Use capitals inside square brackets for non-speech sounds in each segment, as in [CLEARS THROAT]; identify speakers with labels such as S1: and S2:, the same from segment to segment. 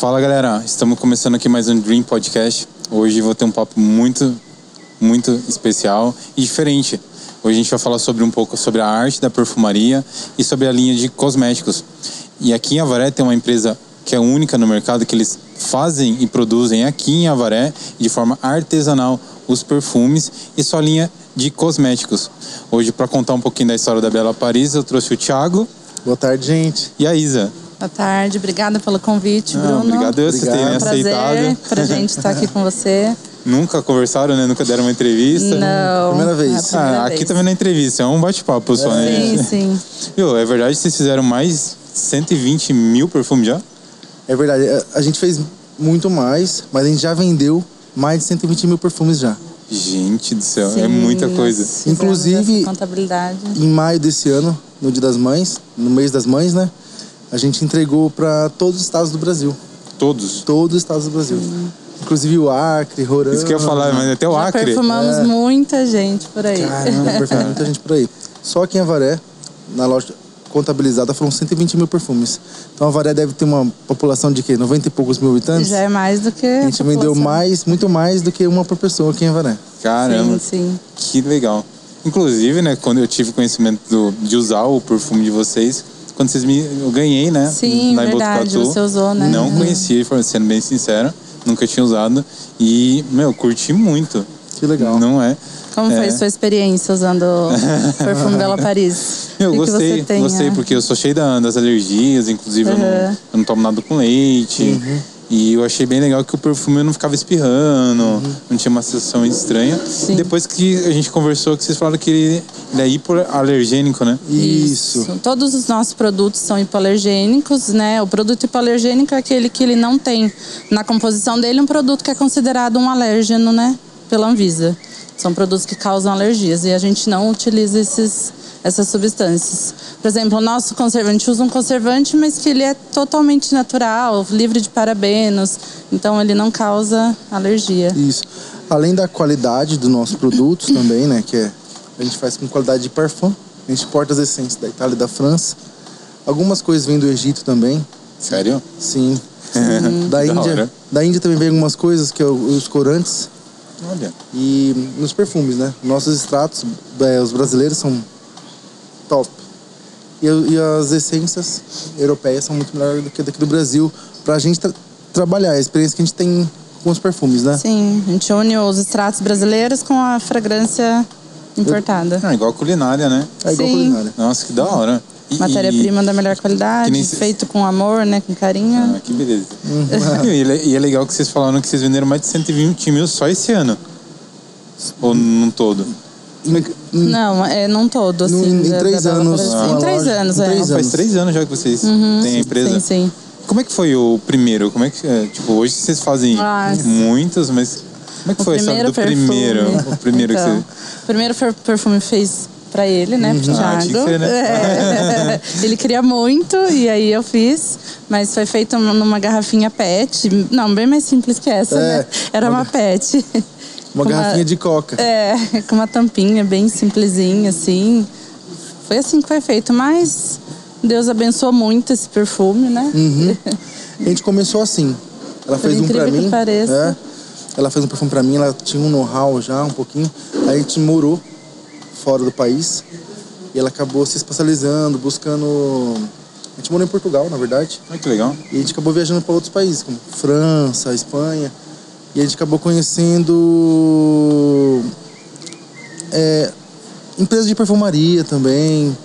S1: Fala galera, estamos começando aqui mais um Dream Podcast. Hoje vou ter um papo muito, muito especial e diferente. Hoje a gente vai falar sobre um pouco sobre a arte da perfumaria e sobre a linha de cosméticos. E aqui em Avaré tem uma empresa que é única no mercado que eles fazem e produzem aqui em Avaré de forma artesanal os perfumes e sua linha de cosméticos. Hoje para contar um pouquinho da história da Bela Paris, eu trouxe o Thiago
S2: Boa tarde, gente.
S1: e a Isa.
S3: Boa tarde, obrigada pelo convite,
S1: Ah,
S3: Bruno.
S1: obrigado eu, vocês terem
S3: É um prazer
S1: aceitado.
S3: pra gente estar aqui
S1: [LAUGHS]
S3: com você.
S1: Nunca conversaram, né? Nunca deram uma entrevista.
S3: Não.
S2: Primeira vez.
S3: é a primeira
S1: Ah, aqui
S3: vez. É.
S1: também não é entrevista, é um bate-papo só, né?
S3: Sim, sim.
S1: [LAUGHS] Viu, é verdade que vocês fizeram mais 120 mil perfumes já?
S2: É verdade, a- a gente fez muito mais, mas a gente já vendeu mais de 120 mil perfumes já.
S1: Gente do céu,
S3: sim
S1: é muita coisa.
S3: fizemos
S2: Inclusive-
S3: essa Contabilidade.
S2: Em maio desse ano, no Dia das Mães, no mês das mães, né? A gente entregou para todos os estados do Brasil.
S1: Todos.
S2: Todos os estados do Brasil. Inclusive o Acre, Roraima.
S1: Isso que eu ia falar, mas até o
S3: Já
S1: Acre. é.
S3: perfumamos muita gente por aí. [LAUGHS]
S2: Caramba, perfeito. Muita gente por aí. Só que em Avaré, na loja contabilizada, foram 120 mil perfumes. Então Avaré deve ter uma população de quê? 90 e poucos mil habitantes?
S3: Já é mais do que.
S2: a gente vendeu
S3: população.
S2: mais, muito mais do que uma por pessoa aqui em Avaré.
S1: Caramba,
S3: Sim, sim.
S1: que legal. Inclusive, né, quando eu tive conhecimento do- de usar o perfume de vocês, quando vocês me. Eu ganhei, né?
S3: Sim,
S1: lá em
S3: verdade,
S1: Botucatu.
S3: você usou, né?
S1: Não
S3: Uhum.
S1: conhecia, for- sendo bem sincero. Nunca tinha usado. E, meu, curti muito.
S2: Que legal.
S1: Não é?
S3: Como
S1: É.
S3: foi sua experiência usando
S1: [LAUGHS]
S3: o perfume Bela Paris?
S1: Eu
S3: O que que você
S1: gostei,
S3: tem,
S1: gostei,
S3: é?
S1: porque eu sou cheio da- das alergias, inclusive eu, não,
S3: Aham.
S1: eu não tomo nada com leite. E eu achei bem legal que o perfume eu não ficava espirrando, não tinha uma sensação estranha.
S3: Sim.
S1: Depois que a gente conversou, que vocês falaram que ele, ele é hipoalergênico, né?
S2: Isso.
S3: Todos os nossos produtos são hipoalergênicos, né? O produto hipoalergênico é aquele que ele não tem na composição dele um produto que é considerado um alérgeno, né? Pela Anvisa. São produtos que causam alergias e a gente não utiliza esses, essas substâncias. Por exemplo, o nosso conservante usa um conservante, mas que ele é totalmente natural, livre de parabenos, então ele não causa alergia.
S2: Isso. Além da qualidade dos nossos produtos também, né? Que é, a gente faz com qualidade de parfum. A gente importa as essências da Itália e da França. Algumas coisas vêm do Egito também.
S1: Sério?
S2: Sim. [LAUGHS] Da
S1: Que da
S2: Índia.
S1: hora.
S2: Da Índia também vem algumas coisas, que é o- os corantes
S1: Olha.
S2: e nos perfumes, né? Nossos extratos, é, os brasileiros são top. E, o- e as essências europeias são muito melhores do que daqui do Brasil pra gente tra- trabalhar É a experiência que a gente tem com os perfumes, né?
S3: Sim, a gente une os extratos brasileiros com a fragrância importada.
S1: Ah, igual a culinária, né?
S2: É igual a
S3: Sim.
S2: culinária.
S1: Nossa, que da hora. E-
S3: Matéria-prima da melhor
S1: que
S3: qualidade,
S1: nem se-
S3: feito com amor, né? Com carinho.
S1: Ah, que beleza. [LAUGHS] e, le- e é legal que vocês falaram que vocês venderam mais de 120 mil só esse ano. Ou num todo? Hum.
S3: Não, é num todo,
S2: Num-
S3: assim.
S2: em três
S3: Bela
S2: anos,
S3: Paris.
S2: uma
S3: Em três
S2: loja,
S3: anos,
S2: em
S3: é. Uhum.
S2: três
S1: Faz
S2: anos.
S1: Ah, três anos já que vocês têm a empresa.
S3: Sim, sim.
S1: Como é que foi o primeiro? Como é que é? tipo hoje vocês fazem
S3: Ah, sim.
S1: muitos, mas como é que
S3: O
S1: foi essa
S3: primeiro
S1: do primeiro?
S3: perfume.
S1: O primeiro que
S3: Então,
S1: você
S3: O primeiro fer- perfume fez pra ele, né? Pro
S1: Ah,
S3: Thiago.
S1: tinha que ser, né?
S3: É. [LAUGHS] ele queria muito e aí eu fiz. Mas foi feito numa garrafinha pet. Não, bem mais simples que essa,
S2: É.
S3: né? Era uma pet.
S2: Uma
S3: [LAUGHS] Com
S2: garrafinha de coca.
S3: É, [LAUGHS] com uma tampinha bem simplesinha, assim. Foi assim que foi feito, mas Deus abençoou muito esse perfume, né?
S2: Uhum.
S3: [LAUGHS]
S2: A gente começou assim. Ela fez um
S3: incrível
S2: pra
S3: que
S2: mim.
S3: pareça.
S2: é. Ela fez um perfume pra mim, ela tinha um know-how já, um pouquinho. Aí a gente morou fora do país. E ela acabou se especializando, buscando. A gente morou em Portugal, na verdade.
S1: Olha que legal.
S2: E a gente acabou viajando para outros países, como França, Espanha. E a gente acabou conhecendo é, empresas de perfumaria também.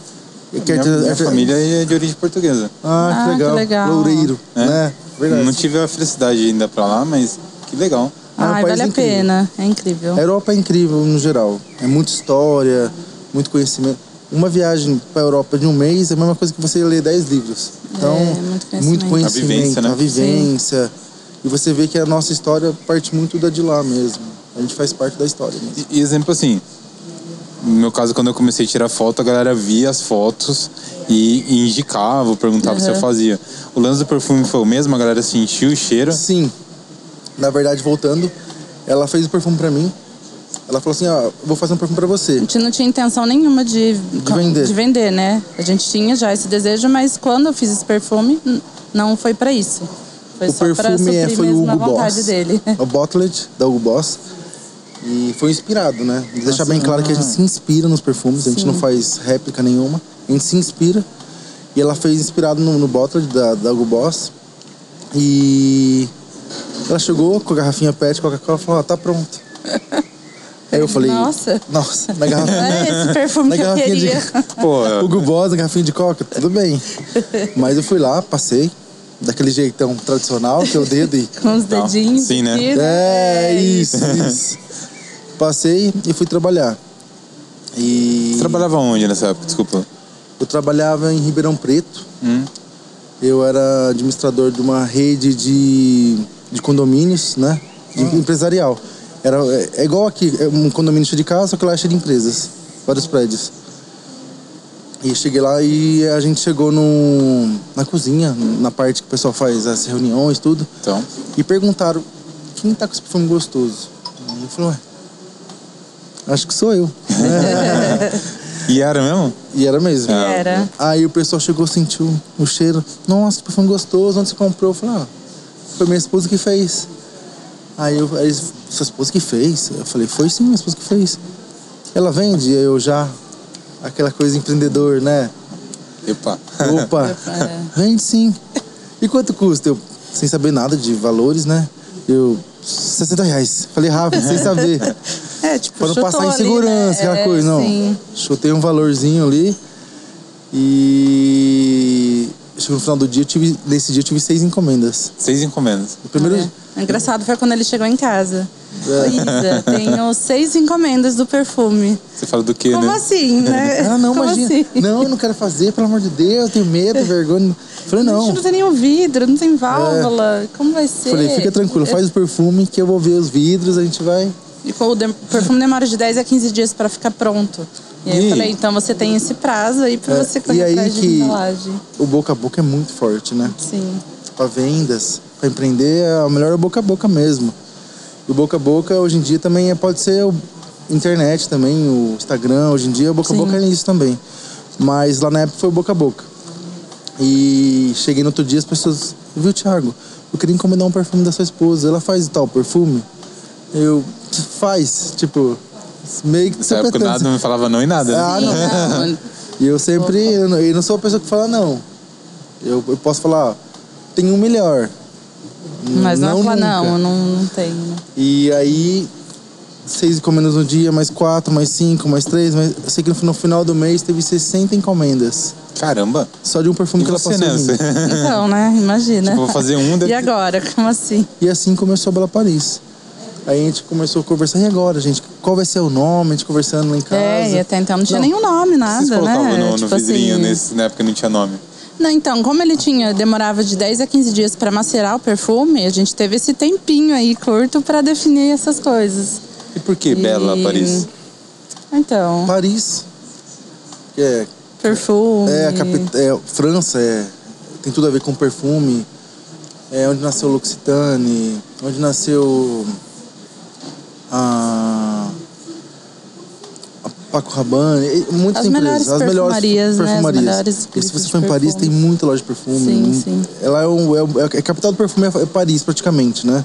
S2: Que
S1: minha
S2: arte-
S1: minha
S2: arte-
S1: família é de origem portuguesa.
S2: Ah, que
S3: Ah, que
S2: legal.
S3: legal.
S2: Loureiro,
S1: É.
S2: né? Verdade.
S1: Não tive a felicidade ainda pra lá, mas que legal.
S2: É um
S3: Ai,
S2: país
S3: vale a
S2: incrível.
S3: pena. É
S2: A
S3: incrível.
S2: Europa é incrível no geral. É muita história, muito conhecimento. Uma viagem para a Europa de um mês é a mesma coisa que você ler 10 livros. Então,
S3: É, muito conhecimento.
S2: muito
S3: A
S2: conhecimento,
S1: vivência, né?
S2: a vivência. E você vê que a nossa história parte muito da de lá mesmo. A gente faz parte da história mesmo.
S1: E, e exemplo assim, no meu caso, quando eu comecei a tirar foto, a galera via as fotos e, e indicava, perguntava se eu
S3: Aham.
S1: fazia. O lance do perfume foi o mesmo, a galera sentiu o cheiro.
S2: Sim. Na verdade, voltando, ela fez o perfume para mim. Ela falou assim: "Ó, eu vou fazer um perfume para
S3: A
S2: você".
S3: gente não tinha intenção nenhuma de,
S2: De vender.
S3: de vender, né? A gente tinha já esse desejo, mas quando eu fiz esse perfume, n- não foi pra isso. Foi
S2: o
S3: só pra
S2: perfume é,
S3: suprir
S2: foi o
S3: mesmo a
S2: Hugo
S3: vontade
S2: Boss.
S3: dele.
S2: [LAUGHS] O Bottled da Hugo Boss. E foi inspirado, né? Vou deixar bem claro que a gente se inspira nos perfumes, a gente não faz réplica nenhuma. A gente se inspira. E ela fez inspirado no, no Bottled da, da Hugo Boss. E ela chegou com a garrafinha PET, Coca-Cola, e falou: ó, tá pronto.
S3: [LAUGHS]
S2: Aí eu falei:
S3: Nossa.
S2: Nossa, na garrafinha. [LAUGHS]
S3: [LAUGHS] É esse perfume
S2: Na
S3: que eu
S2: garrafinha de-
S3: queria.
S1: Pô,
S2: O [LAUGHS] Boss, a garrafinha de coca, tudo
S3: [LAUGHS]
S2: bem. Mas eu fui lá, passei, daquele jeitão tradicional, que é o dedo e.
S3: [LAUGHS] Com os
S1: Então,
S3: dedinhos.
S1: sim, né?
S3: aqui,
S2: É,
S3: E-
S2: isso, isso. Passei e fui trabalhar. E.
S1: você trabalhava onde nessa época? Desculpa.
S2: Eu trabalhava em Ribeirão Preto.
S1: Hum.
S2: Eu era administrador de uma rede de, de condomínios, né? De Empresarial. Era, é, é igual aqui, é um condomínio cheio de casa, só que lá é cheio de empresas, vários prédios. E cheguei lá e a gente chegou no, na cozinha, na parte que o pessoal faz as reuniões, tudo.
S1: Então,
S2: E perguntaram, quem tá com esse perfume gostoso? E eu falei, ué, acho que sou eu.
S1: e era mesmo?
S2: e era mesmo.
S1: É.
S3: Era.
S2: Aí o pessoal chegou, sentiu o cheiro. Nossa, que perfume gostoso, onde você comprou? Eu falei, ah, foi minha esposa que fez. Aí eu, aí eles, sua esposa que fez? Eu falei, foi sim, minha esposa que fez. Ela vende? Eu já, aquela coisa empreendedor, né?
S1: Epa.
S2: Opa,
S3: É.
S2: vende sim. E quanto custa? Eu, sem saber nada de valores, né? Eu, 60 reais. Falei rápido,
S3: [LAUGHS]
S2: sem saber.
S3: É, tipo,
S2: Pra não
S3: chutou
S2: passar em
S3: ali,
S2: segurança,
S3: né?
S2: aquela
S3: É,
S2: coisa, não.
S3: Sim.
S2: Chutei um valorzinho ali. E. Chegou no final do dia, eu tive, nesse dia eu tive seis encomendas.
S1: Seis encomendas.
S2: O primeiro.
S3: É. O Engraçado foi quando ele chegou em casa.
S2: É.
S3: Isa, tenho seis encomendas do perfume.
S1: Você fala do quê,
S3: Como
S1: né?
S3: assim, né?
S2: Ah, não,
S3: Como
S2: imagina.
S3: assim?
S2: Não, eu não quero fazer, pelo amor de Deus, eu tenho medo, vergonha. Falei,
S3: A
S2: não. É.
S3: gente não tem nenhum vidro, não tem válvula. Como vai ser?
S2: Falei, fica tranquilo, faz o perfume que eu vou ver os vidros, a gente vai.
S3: E com o dem- perfume demora de 10 a 15 dias pra ficar pronto. E aí eu
S1: Ih.
S3: falei, então você tem esse prazo aí pra
S2: É,
S3: você correr
S2: e aí
S3: atrás de
S2: que-
S3: embalagem.
S2: O boca a boca é muito forte, né?
S3: Sim.
S2: Pra vendas, pra empreender, é o melhor é o boca a boca mesmo. E o boca a boca hoje em dia também é- pode ser o internet também, o Instagram, hoje em dia o boca
S3: Sim.
S2: a boca é isso também. Mas lá na época foi o boca a boca. E cheguei no outro dia as pessoas, viu Thiago, eu queria encomendar um perfume da sua esposa, ela faz tal perfume? Eu, faz, tipo, meio que
S1: Nessa época
S2: supetando,
S1: nada, não me falava não e nada. né?
S2: Ah, não.
S3: Não,
S2: e eu sempre. Eu não, eu não sou a pessoa que fala não. Eu, eu posso falar, ó, tem um melhor.
S3: mas não, é falar,
S2: nunca.
S3: não, não, não
S2: [LAUGHS]
S3: tem. né?
S2: E aí, seis encomendas no dia, mais quatro, mais cinco, mais três. Mas eu sei que no final do mês teve 60 encomendas.
S1: Caramba.
S2: Só de um perfume
S1: E
S2: que ela
S1: você,
S2: passou.
S1: né?
S2: em mim.
S1: Você-
S3: Então, né? Imagina.
S1: Tipo, vou fazer um daqui-
S3: [LAUGHS] E agora? Como assim?
S2: E assim começou a Bela Paris. Aí a gente começou a conversar, e agora, gente? Qual vai ser o nome? A gente conversando lá em casa.
S3: É, e até então não tinha
S2: Não.
S3: nenhum nome, nada,
S1: [LAUGHS] Vocês colocavam
S3: né?
S1: no, no
S3: Tipo
S1: vidrinho,
S3: assim,
S1: nesse, na época não tinha nome.
S3: Não, então, como ele tinha, demorava de 10 a 15 dias pra macerar o perfume, a gente teve esse tempinho aí curto pra definir essas coisas.
S1: E por que Bela
S3: E-
S1: Paris?
S3: Então,
S2: Paris. Que é
S3: perfume.
S2: É, a capit- é, França é, tem tudo a ver com perfume. É onde nasceu L'Occitane, onde nasceu a, a Paco Rabanne, e muitas
S3: As melhores
S2: empresas, as melhores
S3: perfumarias, né? As
S2: perfumarias.
S3: melhores
S2: e se
S3: empresas
S2: você
S3: de
S2: for em Paris, tem
S3: perfume.
S2: muita loja de perfume.
S3: Sim,
S2: Mu-
S3: sim.
S2: Ela é, um, é, um- é a capital do perfume é Paris praticamente, né?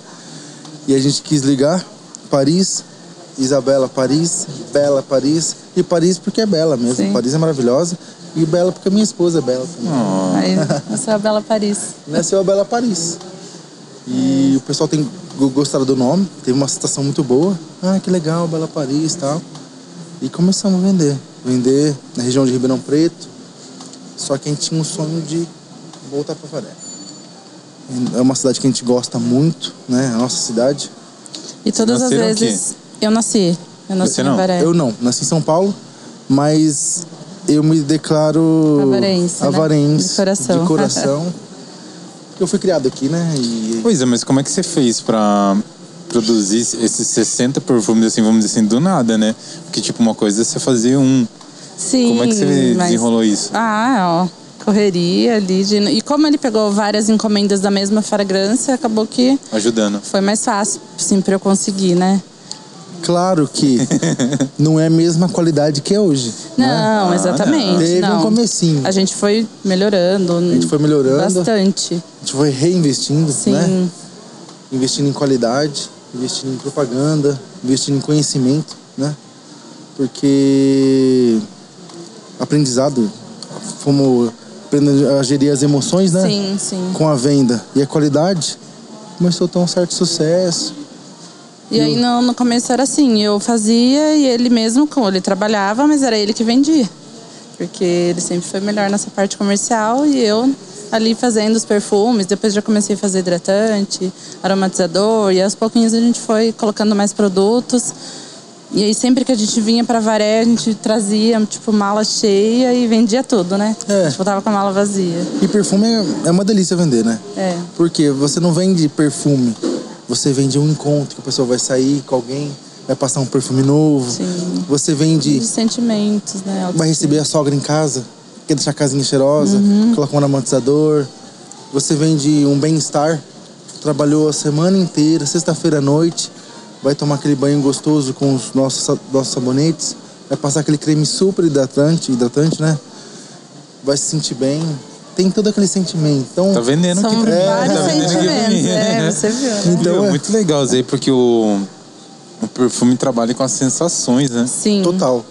S2: E a gente quis ligar Paris, Isabela Paris, Bela Paris e Paris porque é bela mesmo.
S3: Sim.
S2: Paris é maravilhosa e Bela porque minha esposa é bela
S1: [LAUGHS]
S2: também.
S3: Aí, essa é a Bela Paris.
S2: Nasceu a Bela Paris. E o pessoal tem go- gostado do nome, teve uma citação muito boa. Ah, que legal, Bela Paris e tal. E começamos a vender. Vender na região de Ribeirão Preto. Só que a gente tinha um sonho de voltar para Faré. É uma cidade que a gente gosta muito, né? A nossa cidade.
S3: E todas as
S1: nasceram
S3: vezes. Eu nasci. Eu nasci
S1: Você
S3: em
S1: não?
S3: Avaré.
S2: Eu não, nasci em São Paulo, mas eu me declaro
S3: Avarense, né?
S2: avarense,
S3: De coração.
S2: De
S3: [LAUGHS]
S2: coração. Porque eu fui criado aqui, né? E
S1: Pois é, mas como é que você fez pra produzir esses 60 perfumes, assim, vamos dizer assim, do nada, né? Porque, tipo, uma coisa é você fazer um.
S3: Sim.
S1: como é que você desenrolou isso?
S3: Ah, ó. Correria ali. de- E como ele pegou várias encomendas da mesma fragrância, acabou que
S1: Ajudando. [LAUGHS]
S3: foi mais fácil, sim, pra eu conseguir, né?
S2: Claro que não é a mesma qualidade que é hoje.
S3: Não, Ah, exatamente.
S2: Né? Teve um
S3: não.
S2: comecinho.
S3: A gente foi melhorando.
S2: A gente foi melhorando.
S3: Bastante.
S2: A gente foi reinvestindo,
S3: Sim.
S2: né? Investindo em qualidade, investindo em propaganda, investindo em conhecimento, né? Porque aprendizado, como aprender a gerir as emoções, né?
S3: Sim, sim.
S2: Com a venda e a qualidade, começou a ter um certo sucesso.
S3: E aí no, no começo era assim, eu fazia e ele mesmo, com ele trabalhava, mas era ele que vendia. Porque ele sempre foi melhor nessa parte comercial e eu ali fazendo os perfumes, depois já comecei a fazer hidratante, aromatizador, e aos pouquinhos a gente foi colocando mais produtos. E aí sempre que a gente vinha pra Varé, a gente trazia, tipo, mala cheia e vendia tudo, né?
S2: É.
S3: A gente voltava com a mala vazia.
S2: E perfume é- é uma delícia vender, né?
S3: É.
S2: Porque você não vende perfume, você vende um encontro que a pessoa vai sair com alguém, vai passar um perfume novo.
S3: Sim.
S2: Você vende,
S3: De sentimentos, né?
S2: vai receber a sogra em casa, quer deixar a casinha cheirosa, coloca um aromatizador. Você vende um bem-estar, trabalhou a semana inteira, sexta-feira à noite, vai tomar aquele banho gostoso com os nossos, sa- nossos sabonetes, vai passar aquele creme super hidratante, hidratante, né? Vai se sentir bem. Tem todo aquele sentimento. Então,
S1: Tá vendendo
S3: São
S1: aqui pra mim.
S3: vários
S1: tá
S2: né?
S1: vendendo aqui pra
S3: sentimentos,
S1: mim.
S3: é, você viu, né?
S1: Então,
S2: Então, é.
S1: muito legal isso aí, porque o, o perfume trabalha com as sensações, né?
S3: Sim.
S2: total.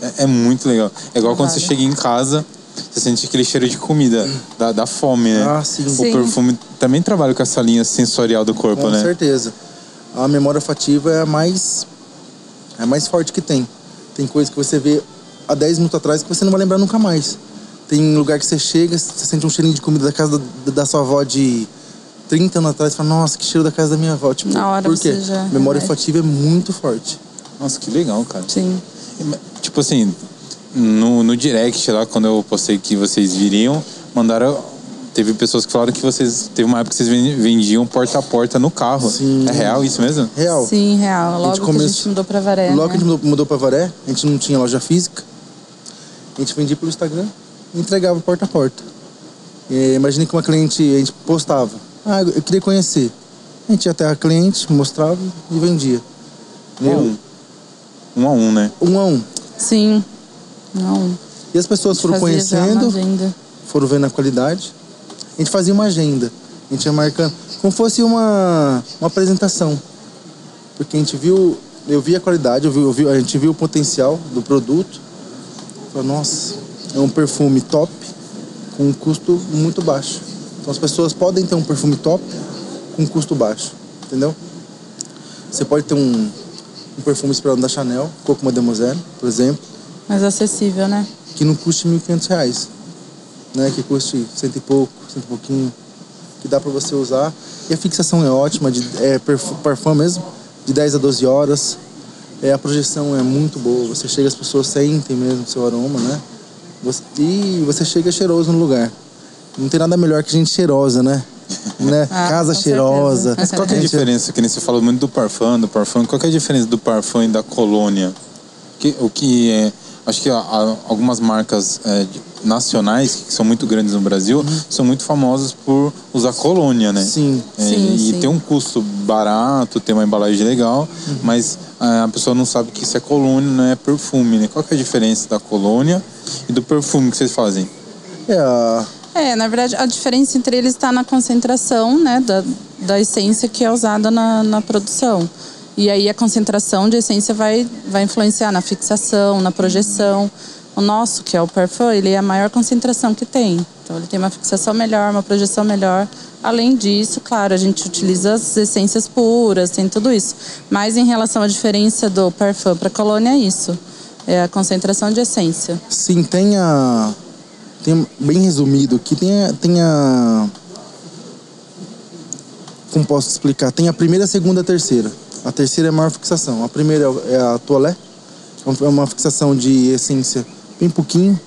S1: É, é muito legal. É igual quando você
S3: Trabalha.
S1: chega em casa, você sente aquele cheiro de comida, da, da fome, né?
S2: Hum. Ah, sim.
S1: O
S3: Sim.
S1: perfume também trabalha com essa linha sensorial do corpo,
S2: Com
S1: né?
S2: certeza. A memória olfativa é a mais é a mais forte que tem. Tem coisa que você vê há 10 minutos atrás que você não vai lembrar nunca mais. Tem lugar que você chega, você sente um cheirinho de comida da casa da, da sua avó de 30 anos atrás, você fala, nossa, que cheiro da casa da minha avó. Tipo,
S3: Na hora
S2: por
S3: você
S2: quê?
S3: já
S2: Memória
S3: remete.
S2: olfativa é muito forte.
S1: Nossa, que legal, cara.
S3: Sim.
S1: Tipo assim, no, no direct lá, quando eu postei que vocês viriam, mandaram. Teve pessoas que falaram que vocês. Teve uma época que vocês ven- vendiam porta a porta no carro.
S2: Sim.
S1: É real isso mesmo?
S2: Real.
S3: Sim, real. Logo que a gente
S2: começou-
S3: mudou pra Varé.
S2: Logo
S3: né?
S2: que a gente mudou, mudou pra Varé, a gente não tinha loja física. A gente vendia pelo Instagram e entregava porta a porta. E, imagine que uma cliente, a gente postava. Ah, eu queria conhecer. A gente ia até a cliente, mostrava e vendia.
S1: Um a um. Um a um, né?
S2: Um a um.
S3: Sim. Não.
S2: E as pessoas foram
S3: fazia já uma
S2: conhecendo,
S3: agenda.
S2: foram vendo a qualidade. A gente fazia uma agenda. A gente ia marcando. Como fosse uma, uma apresentação. Porque a gente viu, eu vi a qualidade, eu vi, eu vi- a gente viu o potencial do produto. Falou, nossa, é um perfume top com um custo muito baixo. Então as pessoas podem ter um perfume top com um custo baixo, entendeu? Você pode ter um, um perfume esperado da Chanel, Coco Mademoiselle, por exemplo,
S3: Mas acessível, né?
S2: que não custe R$ 1.500, reais, né? Que custe cento e pouco, cento e pouquinho, que dá para você usar. E a fixação é ótima, de, é perfu- parfum mesmo, de 10 a 12 horas. É, a projeção é muito boa, você chega, as pessoas sentem mesmo o seu aroma, né? Você- e você chega cheiroso no lugar. Não tem nada melhor que gente cheirosa,
S3: [LAUGHS]
S2: né? né?
S3: Ah,
S2: Casa
S3: com
S2: cheirosa.
S3: certeza. Mas
S1: Qual que é a
S2: Gente,
S1: diferença? Que nem você falou muito do parfum, do parfum. Qual que é a diferença do parfum e da colônia? Que- o que é... Acho que a- a- algumas marcas é, de- nacionais, que são muito grandes no Brasil, são muito famosas por usar colônia, né?
S2: Sim.
S1: É,
S3: Sim,
S1: e
S3: sim.
S1: tem um custo barato, tem uma embalagem legal, mas ah, a pessoa não sabe que isso é colônia, não é perfume, né? Qual que é a diferença da colônia e do perfume que vocês fazem?
S2: É, a-
S3: É, na verdade, a diferença entre eles está na concentração, né? Da, da essência que é usada na, na produção. E aí a concentração de essência vai, vai influenciar na fixação, na projeção. O nosso, que é o parfum, ele é a maior concentração que tem. Então ele tem uma fixação melhor, uma projeção melhor. Além disso, claro, a gente utiliza as essências puras, tem tudo isso. Mas em relação à diferença do parfum para colônia, é isso. É a concentração de essência.
S2: Sim, tem a. Tem, bem resumido aqui, tem a, tem a. Como posso explicar? Tem a primeira, a segunda, a terceira. A terceira é a maior fixação. A primeira é a toalé, é uma fixação de essência bem pouquinho.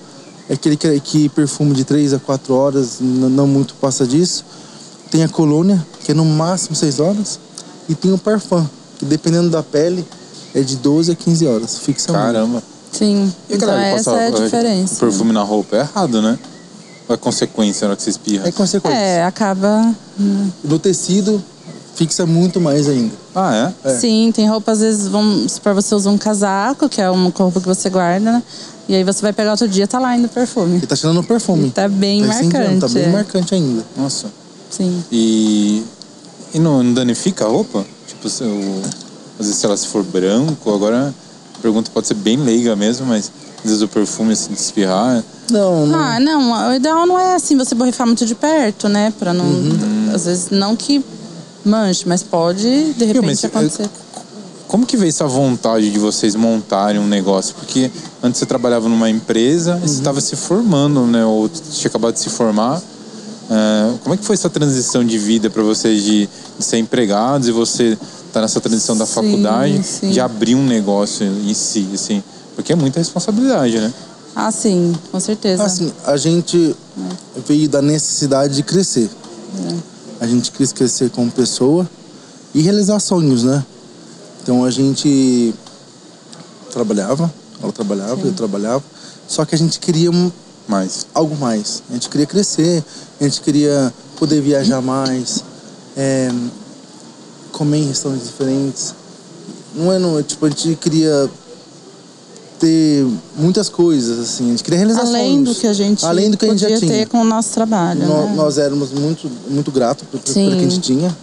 S2: É aquele que, que perfume de 3 a 4 horas, n- não muito passa disso. Tem a colônia, que é no máximo 6 horas. E tem o parfum, que dependendo da pele, é de 12 a 15 horas. Fixa um. muito.
S1: Caramba!
S3: Sim.
S1: E,
S3: então
S1: caralho,
S3: essa
S1: passar,
S3: é a
S1: eh,
S3: diferença.
S1: Perfume na roupa é errado, né? Ou é consequência na hora que você espirra?
S2: É consequência.
S3: É, acaba.
S2: No tecido, fixa muito mais ainda.
S1: Ah, é?
S3: Sim, tem roupa, às vezes, vamos supor, você usa um casaco, que é uma roupa que você guarda, né? E aí você vai pegar outro dia, tá lá ainda o perfume.
S2: E tá tirando o perfume.
S3: E tá bem
S2: incendiando, Tá
S3: marcante,
S2: bem
S3: é.
S2: marcante ainda.
S1: Nossa.
S3: Sim.
S1: E. E não, não danifica a roupa? Tipo, se o- às vezes, sei lá, se for branco, agora a pergunta pode ser bem leiga mesmo, mas às vezes o perfume assim, de espirrar.
S2: Não, não.
S3: Ah, não, o ideal não é assim você borrifar muito de perto, né? Pra não.
S2: Uhum.
S3: Às vezes, não que manche, mas pode de repente
S1: mas, é,
S3: acontecer.
S1: Como que veio essa vontade de vocês montarem um negócio? Porque antes você trabalhava numa empresa, e você
S3: Uhum.
S1: estava se formando, né? Ou tinha acabado de se formar. Ah, como é que foi essa transição de vida para vocês de, de ser empregados e você tá nessa transição da
S3: Sim,
S1: faculdade
S3: sim.
S1: de abrir um negócio em si, assim? Porque é muita responsabilidade, né?
S3: Ah, sim, com certeza.
S2: Assim, a gente veio da necessidade de crescer. A gente quis crescer como pessoa e realizar sonhos, né? Então a gente trabalhava, ela trabalhava, eu trabalhava, só que a gente queria um-
S1: Mas
S2: algo mais. A gente queria crescer, a gente queria poder viajar mais, é, comer em restaurantes diferentes. Não é, não, é, tipo, a gente queria ter muitas coisas, assim, a gente queria realizar
S3: Além
S2: sonhos.
S3: do que a gente
S2: Além do que a gente
S3: podia
S2: já tinha.
S3: ter com o nosso trabalho.
S2: Nó-
S3: né?
S2: Nós éramos muito, muito gratos por, por
S3: Sim.
S2: que a gente tinha,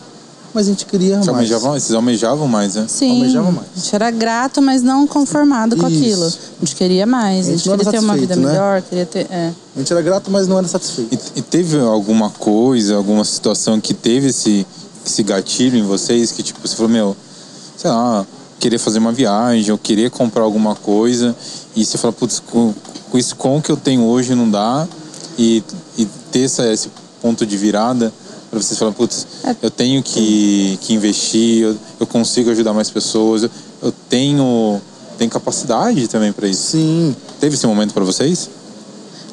S2: mas a gente queria
S1: vocês
S2: mais.
S1: almejavam, vocês almejavam mais, né?
S3: Sim,
S2: almejava mais.
S3: a gente era grato, mas não conformado com
S2: Isso.
S3: aquilo. A gente queria mais, a
S2: A
S3: gente,
S2: gente não era
S3: queria ter uma vida
S2: satisfeito, né?
S3: melhor, queria ter... é.
S2: A gente era grato, mas não era satisfeito.
S1: E, e teve alguma coisa, alguma situação que teve esse, esse gatilho em vocês? Que tipo, você falou, meu, sei lá, querer fazer uma viagem, ou querer comprar alguma coisa, e você fala, putz, com, com isso com o que eu tenho hoje não dá, e, e ter essa, esse ponto de virada para vocês falarem, putz,
S3: É.
S1: eu tenho que, que investir, eu, eu consigo ajudar mais pessoas, eu, eu tenho, tenho capacidade também para isso.
S2: Sim,
S1: Teve esse momento para vocês?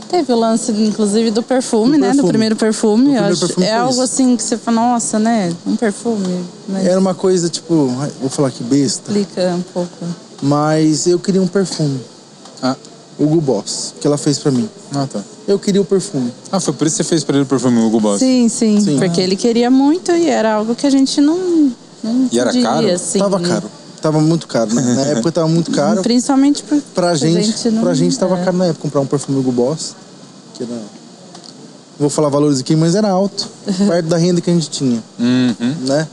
S3: Teve o lance, inclusive, do perfume,
S2: Do
S3: né? Do
S2: perfume.
S3: primeiro perfume.
S2: Do
S3: Eu
S2: primeiro
S3: acho-
S2: perfume
S3: é
S2: foi
S3: algo
S2: isso. É.
S3: assim que você fala, nossa, né? Um perfume. Mas
S2: era uma coisa, tipo, ai, vou falar que besta,
S3: explica um pouco.
S2: mas eu queria um perfume.
S1: Ah,
S2: o Hugo Boss, que ela fez pra mim.
S1: não, tá.
S2: Eu queria o perfume.
S1: Ah, foi por isso que você fez pra ele o perfume Hugo Boss?
S3: Sim, sim,
S2: Sim.
S3: Porque ele queria muito e era algo que a gente não. não
S1: E era
S3: podia,
S1: caro?
S3: Assim,
S2: Tava caro. Tava muito caro, né? Na época tava muito caro.
S3: Principalmente por-
S2: Pra gente,
S3: não-
S2: pra gente tava
S3: é.
S2: caro na época comprar um perfume Hugo Boss. Que era... Vou falar valores aqui, mas era
S3: [LAUGHS]
S2: alto. Perto da renda que a gente tinha,
S1: Uhum.
S2: né?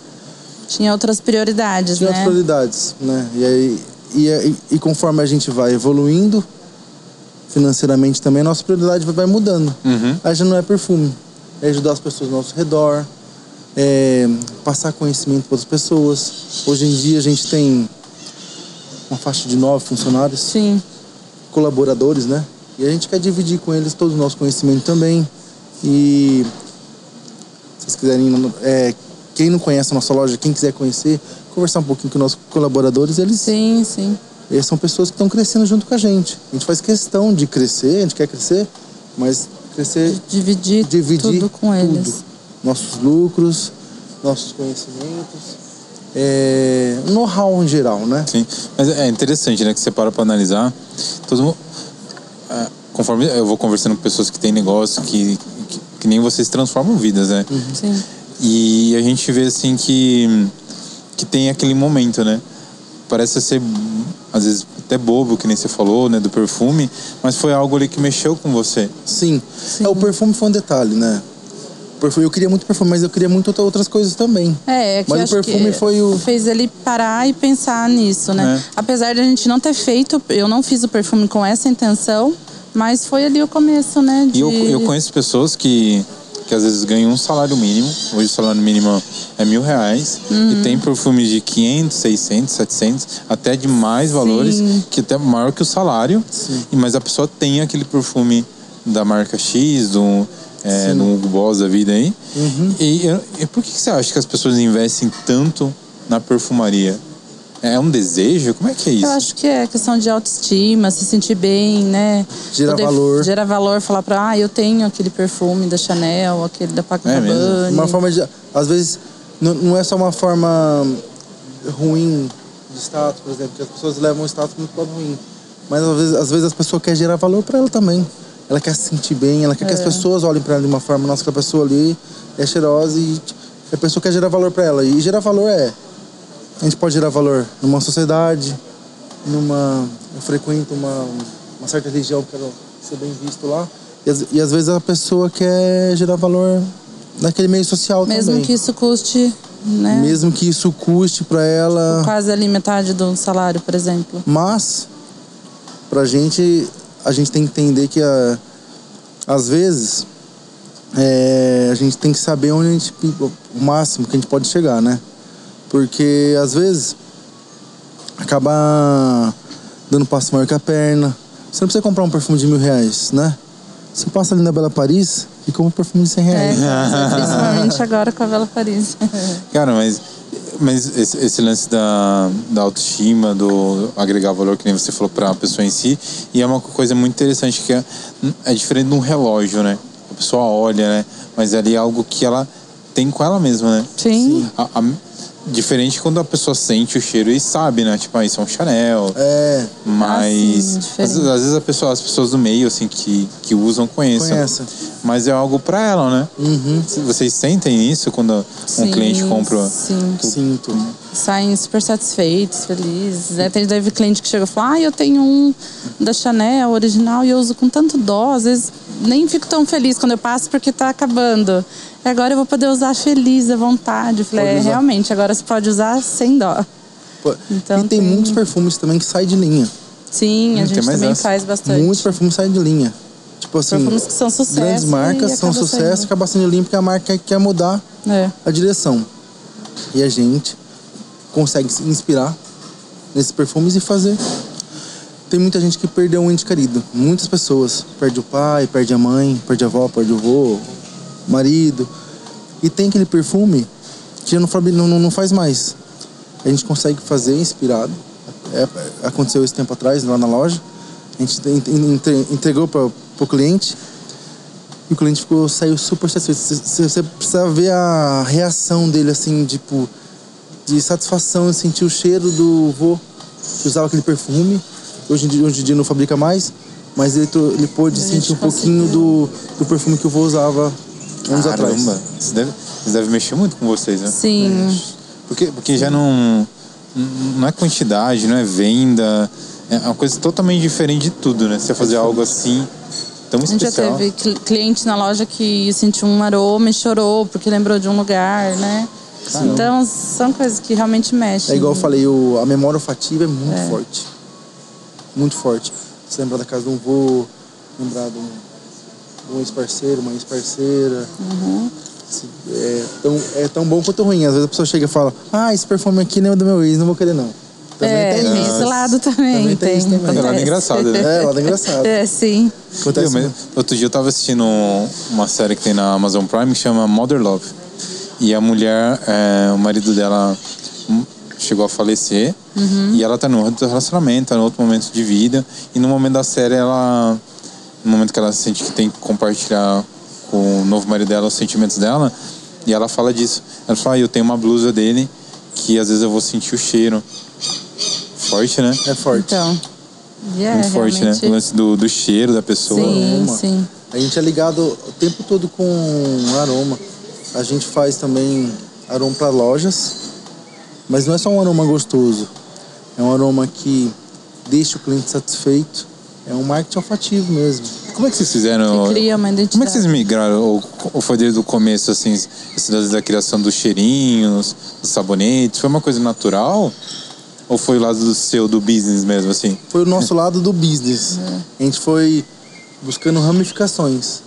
S3: Tinha outras prioridades,
S2: Tinha
S3: né?
S2: outras prioridades, né? E, aí, e, aí- e conforme a gente vai evoluindo financeiramente também, a nossa prioridade vai- vai mudando.
S1: Uhum.
S2: Aí já não é perfume. É ajudar as pessoas ao nosso redor, é passar conhecimento para as pessoas. Hoje em dia a gente tem uma faixa de nove funcionários,
S3: Sim.
S2: colaboradores, né? E a gente quer dividir com eles todo o nosso conhecimento também. E se vocês quiserem, no- é, quem não conhece a nossa loja, quem quiser conhecer, conversar um pouquinho com nossos colaboradores, eles
S3: Sim, sim.
S2: e são pessoas que estão crescendo junto com a gente. A gente faz questão de crescer, a gente quer crescer, mas crescer
S3: Dividir,
S2: dividir
S3: tudo com eles.
S2: tudo. Nossos lucros, nossos conhecimentos, é, know-how em geral, né?
S1: Sim. Mas é interessante, né? Que você para pra analisar. Todo mundo. ah, conforme eu vou conversando com pessoas que têm negócio, que, que, que nem vocês transformam vidas, né?
S3: Sim.
S1: E a gente vê assim que que tem aquele momento, né? Parece ser às vezes até bobo, que nem você falou, né, do perfume, mas foi algo ali que mexeu com você.
S2: Sim. É, o perfume foi um detalhe, né? O perfume, eu queria muito perfume, mas eu queria muito outra- outras coisas também.
S3: É, é que
S2: Mas
S3: eu
S2: o
S3: acho
S2: perfume
S3: que
S2: foi o-
S3: fez ele parar e pensar nisso, né?
S1: É.
S3: Apesar de a gente não ter feito, eu não fiz o perfume com essa intenção, mas foi ali o começo, né?
S1: E eu,
S3: de-
S1: eu conheço pessoas que, que às vezes ganham um salário mínimo. Hoje o salário mínimo é mil reais.
S3: Uhum.
S1: E tem perfumes de 500, 600, 700, até de mais valores, que até é maior que o salário. E, mas a pessoa tem aquele perfume da marca X, do, é, do Hugo Boss da vida aí.
S3: Uhum.
S1: E, eu- e por que que você acha que as pessoas investem tanto na perfumaria? É um desejo? Como é que é isso?
S3: Eu acho que é questão de autoestima, se sentir bem, né?
S2: Gerar valor.
S3: Gerar valor, falar pra, ah, eu tenho aquele perfume da Chanel, aquele da Paco
S1: É mesmo.
S2: Uma forma de. Às vezes, n- não é só uma forma ruim de status, por exemplo, que as pessoas levam o status muito lado ruim. Mas às vezes, às vezes as pessoas querem gerar valor para ela também. Ela quer se sentir bem, ela quer que as pessoas olhem para ela de uma forma, nossa, aquela pessoa ali é cheirosa e, A pessoa quer gerar valor para ela. E gerar valor é. A gente pode gerar valor numa sociedade, numa. Eu frequento uma, uma certa religião, quero ser bem visto lá. E, às- e às vezes a pessoa quer gerar valor naquele meio social
S3: Mesmo
S2: também.
S3: que isso custe, né?
S2: Mesmo que isso custe para ela.
S3: Quase ali metade do salário, por exemplo.
S2: Mas, pra gente, a gente tem que entender que, a, às vezes, é, a gente tem que saber onde a gente, pi- o máximo que a gente pode chegar, né? Porque, às vezes, acaba dando passo maior que a perna. Você não precisa comprar um perfume de mil reais, né? Você passa ali na Bela Paris e compra um perfume de cem
S3: É,
S2: reais.
S3: principalmente agora com a Bela Paris.
S1: Cara, mas, mas esse, esse lance da, da autoestima, do agregar valor, que nem você falou para a pessoa em si, e é uma coisa muito interessante que é, é diferente de um relógio, né? A pessoa olha, né? Mas ali é algo que ela tem com ela mesma, né?
S3: Sim. Sim.
S1: A- a- diferente quando a pessoa sente o cheiro e sabe, né? Tipo, ah, isso é um Chanel.
S2: É,
S1: Mas
S3: Ah, sim,
S1: às,
S3: diferente.
S1: às vezes a pessoa, as pessoas do meio assim que, que usam conhecem.
S2: Conhecem.
S1: Mas é algo pra ela, né? Vocês sentem isso quando um
S3: Sim,
S1: cliente compra?
S3: Sim.
S2: sinto.
S3: Saem super satisfeitos, felizes. Né? Tem deve cliente que chega e fala: Ah, eu tenho um da Chanel original e eu uso com tanto dó. Às vezes nem fico tão feliz quando eu passo porque tá acabando. E agora eu vou poder usar feliz à vontade. Eu falei:
S2: Pode
S3: é,
S2: usar.
S3: realmente, agora você pode usar sem dó.
S2: Pô,
S3: Então
S2: e tem,
S3: tem-
S2: muitos perfumes também que saem de linha.
S3: Sim, a
S1: Hum, tem
S3: gente
S1: mais
S3: também
S1: essa.
S3: faz bastante.
S2: Muitos perfumes saem de linha. Tipo assim,
S3: Perfumes que são sucesso
S2: grandes
S3: e
S2: marcas são
S3: acaba
S2: sucesso e
S3: saindo.
S2: acaba sendo limpo porque a marca quer mudar
S3: É.
S2: a direção. E a gente consegue se inspirar nesses perfumes e fazer. Tem muita gente que perdeu um ente querido. Muitas pessoas. Perde o pai, perde a mãe, perde a avó, perde o vô, o marido. E tem aquele perfume que já não, fabi- não, não- não faz mais. A gente consegue fazer inspirado. É, aconteceu esse tempo atrás, lá na loja. A gente en- en- entre- entregou para o cliente. E o cliente ficou, saiu super satisfeito. Você- Você você precisa ver a reação dele, assim, tipo, de satisfação, de sentir o cheiro do vô que usava aquele perfume. Hoje em dia, hoje em dia não fabrica mais, mas ele, to- ele pôde
S3: gente
S2: sentir um pouquinho do, do perfume que o vô usava anos atrás.
S1: Caramba, isso deve, isso deve mexer muito com vocês, né?
S3: Sim.
S1: Porque, porque já não. Não é quantidade, não é venda. É uma coisa totalmente diferente de tudo, né? Você fazer algo assim tão
S3: É A gente já
S1: especial.
S3: teve cl- cliente na loja que sentiu um aroma e chorou porque lembrou de um lugar, né? Então, são coisas que realmente mexem.
S2: É igual eu falei, o, a memória olfativa é muito forte. Muito forte. Você lembrar da casa de um vô, lembrar de um, de um ex-parceiro, uma ex-parceira. Uhum. Se- É, tão, é tão bom quanto ruim. Às vezes a pessoa chega e fala, ah, esse perfume aqui nem é do meu ex, não vou querer não. Também
S3: é,
S2: tem
S3: tem
S2: isso.
S3: esse lado
S2: Também
S3: também.
S2: tem isso também.
S1: É
S3: acontece.
S1: lado engraçado, né?
S2: É, lado engraçado.
S3: É, sim.
S2: Acontece
S1: Eu mesmo.
S2: muito.
S1: Outro dia eu tava assistindo um- uma série que tem na Amazon Prime que chama Mother Love. E a mulher, é, o marido dela hum, chegou a falecer.
S3: Uhum.
S1: E ela tá num outro relacionamento, tá num outro momento de vida. E no momento da série, ela. No momento que ela sente que tem que compartilhar com o novo marido dela os sentimentos dela. E ela fala disso. Ela fala: ah, Eu tenho uma blusa dele que às vezes eu vou sentir o cheiro. Forte, né?
S2: É forte.
S3: Então. e é,
S1: Muito forte,
S3: realmente-
S1: né? O lance do, do cheiro da pessoa.
S3: Sim,
S2: aroma.
S3: sim.
S2: A gente é ligado o tempo todo com aroma. A gente faz também aroma para lojas, mas não é só um aroma gostoso. É um aroma que deixa o cliente satisfeito. É um marketing olfativo mesmo.
S1: Como é que vocês fizeram?
S3: Que cria uma identidade.
S1: Como é que vocês migraram? Ou, ou foi desde o começo, assim, esse lance da criação dos cheirinhos, dos sabonetes? Foi uma coisa natural? Ou foi o lado do seu, do business mesmo, assim?
S2: Foi o nosso lado do business. A gente foi buscando ramificações.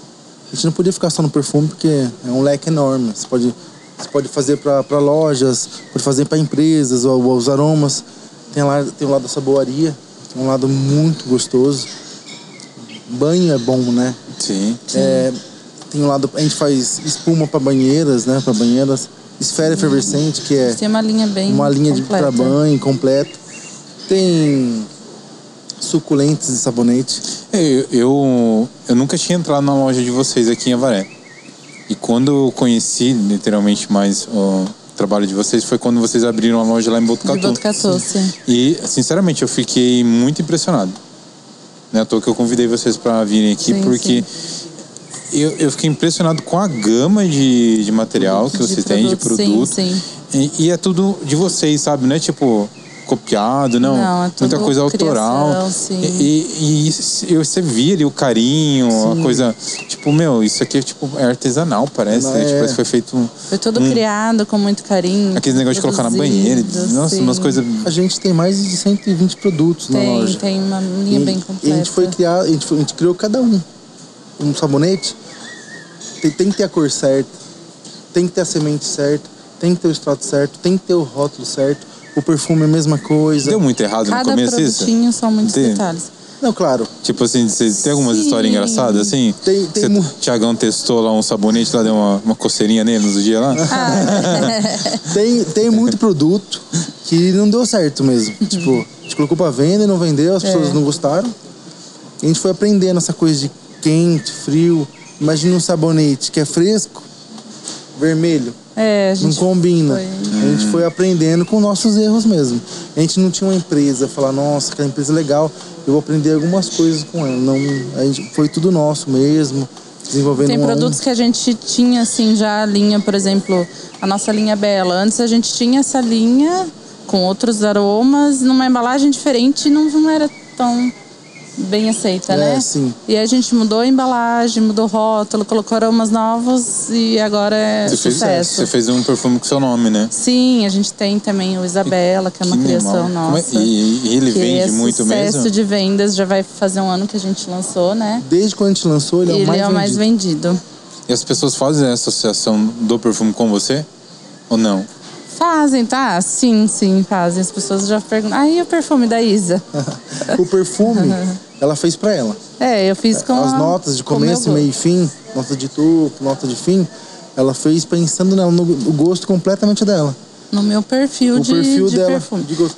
S2: A gente não podia ficar só no perfume porque é um leque enorme. Você pode, você pode fazer para lojas, pode fazer para empresas, ou, ou os aromas. Tem lá tem o lado da saboaria, que é um lado muito gostoso. Banho é bom, né?
S1: Sim.
S2: É, tem um lado a gente faz espuma para banheiras, né? Para banheiras, esfera efervescente que é
S3: Tem uma linha bem
S2: uma linha de
S3: completa.
S2: para banho completo. Tem suculentes de sabonete.
S1: É, Eu, eu, eu nunca tinha entrado na loja de vocês aqui em Avaré. E quando eu conheci, literalmente, mais o trabalho de vocês, foi quando vocês abriram a loja lá em
S3: De Botucatu, sim.
S1: E, sinceramente, eu fiquei né? muito impressionado. Não é à toa que eu convidei vocês para virem aqui,
S3: Sim,
S1: porque eu, eu fiquei impressionado com a gama de, de material que
S3: De
S1: vocês têm, de
S3: produto,
S1: produto.
S3: sim, sim.
S1: E, e é tudo de vocês, sabe? Não é tipo copiado, não.
S3: Não, é tudo
S1: Muita coisa autoral.
S3: criação, sim.
S1: E, e, e isso- eu- você via ali o carinho, a coisa. Tipo, meu, isso aqui é, tipo, é artesanal, parece.
S2: Não,
S1: né?
S2: é.
S1: Tipo, parece que foi feito. um-
S3: Foi tudo criado com muito carinho.
S1: Aqueles negócios de colocar na
S3: produzido,
S1: banheira. e- Nossa,
S3: sim.
S1: umas coisas.
S2: A gente tem mais de 120 produtos na
S3: Tem,
S2: loja.
S3: tem uma linha
S2: E-
S3: bem
S2: E
S3: completa.
S2: a gente foi criar, a gente, foi- a gente criou cada um. Um sabonete tem, tem que ter a cor certa, tem que ter a semente certa, tem que ter o extrato certo, tem que ter o rótulo certo, o perfume é a mesma coisa.
S1: Deu muito errado no
S3: Cada
S1: começo é isso?
S3: produtinho são muitos
S1: Tem.
S3: detalhes.
S2: Não, claro,
S1: Tipo assim, você tem algumas
S3: Sim.
S1: histórias engraçadas assim?
S2: Tem- tem
S1: Cê-
S2: mu-
S1: Tiagão testou lá um sabonete, lá deu uma, uma coceirinha nele nos dias lá.
S3: Ah,
S2: tem, tem muito produto que não deu certo mesmo.
S3: Uhum.
S2: Tipo, a gente colocou pra venda e não vendeu,
S3: É.
S2: as pessoas não gostaram. E a gente foi aprendendo essa coisa de quente, frio. Imagina um sabonete que é fresco, vermelho.
S3: [LAUGHS] É, a
S2: não
S3: gente
S2: combina.
S3: foi-
S2: A gente foi aprendendo com nossos erros mesmo. A gente não tinha uma empresa, falar, nossa, aquela empresa é legal, eu vou aprender algumas coisas com ela. Não, a gente foi tudo nosso mesmo, desenvolvendo
S3: Tem
S2: um a um.
S3: produtos que a gente tinha, assim, já a linha, por exemplo, a nossa linha Bela. Antes a gente tinha essa linha com outros aromas, numa embalagem diferente e não, não era tão bem aceita,
S2: É,
S3: né?
S2: sim.
S3: E aí a gente mudou a embalagem, mudou o rótulo, colocou aromas novos e agora é
S1: Você fez,
S3: sucesso.
S1: você fez um perfume com seu nome, né?
S3: Sim, a gente tem também o Isabela, que é uma
S1: Que animal.
S3: criação
S1: Como é-
S3: nossa.
S1: E, e ele
S3: que
S1: vende
S3: é
S1: muito
S3: sucesso
S1: mesmo?
S3: de vendas, já vai fazer um ano que a gente lançou, né?
S2: Desde quando a gente lançou, ele,
S3: Ele
S2: é o mais
S3: mais
S2: vendido.
S3: vendido.
S1: E as pessoas fazem essa associação do perfume com você? Ou não?
S3: Fazem, tá? Sim, sim, fazem. As pessoas já perguntam. Aí o perfume da
S2: [LAUGHS]
S3: Isa?
S2: O perfume, ela fez pra ela.
S3: É, eu fiz com.
S2: As
S3: a-
S2: notas de
S3: com o
S2: começo,
S3: meu
S2: meio e
S3: gosto.
S2: fim, nota de topo, nota de fim, ela fez pensando nela, no o gosto completamente dela.
S3: No meu perfil
S2: O
S3: de,
S2: perfil
S3: de
S2: dela.
S3: perfume.
S2: de gosto.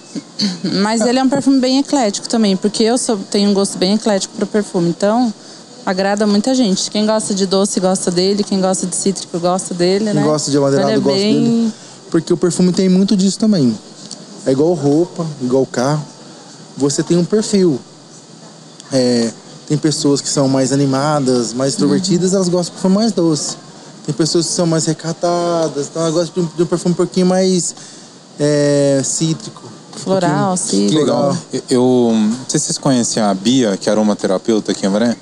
S3: Mas ele é um perfume bem eclético também, porque eu sou- tenho um gosto bem eclético para perfume. Então, agrada muita gente. Quem gosta de doce gosta dele, quem gosta de cítrico gosta dele, né?
S2: Quem gosta de amadeirado
S3: ele é
S2: gosta
S3: bem...
S2: dele. Porque o perfume tem muito disso também. É igual roupa, igual carro. Você tem um perfil. É, tem pessoas que são mais animadas, mais
S3: Uhum.
S2: extrovertidas, elas gostam de perfume mais doce. Tem pessoas que são mais recatadas, então elas gostam de um, de um perfume um pouquinho mais é, cítrico.
S3: Floral,
S1: Que
S3: cítrico.
S1: legal.
S2: Legal.
S1: Ah, Eu, eu- não sei se vocês conhecem a Bia, que é aromaterapeuta aqui em Amaré.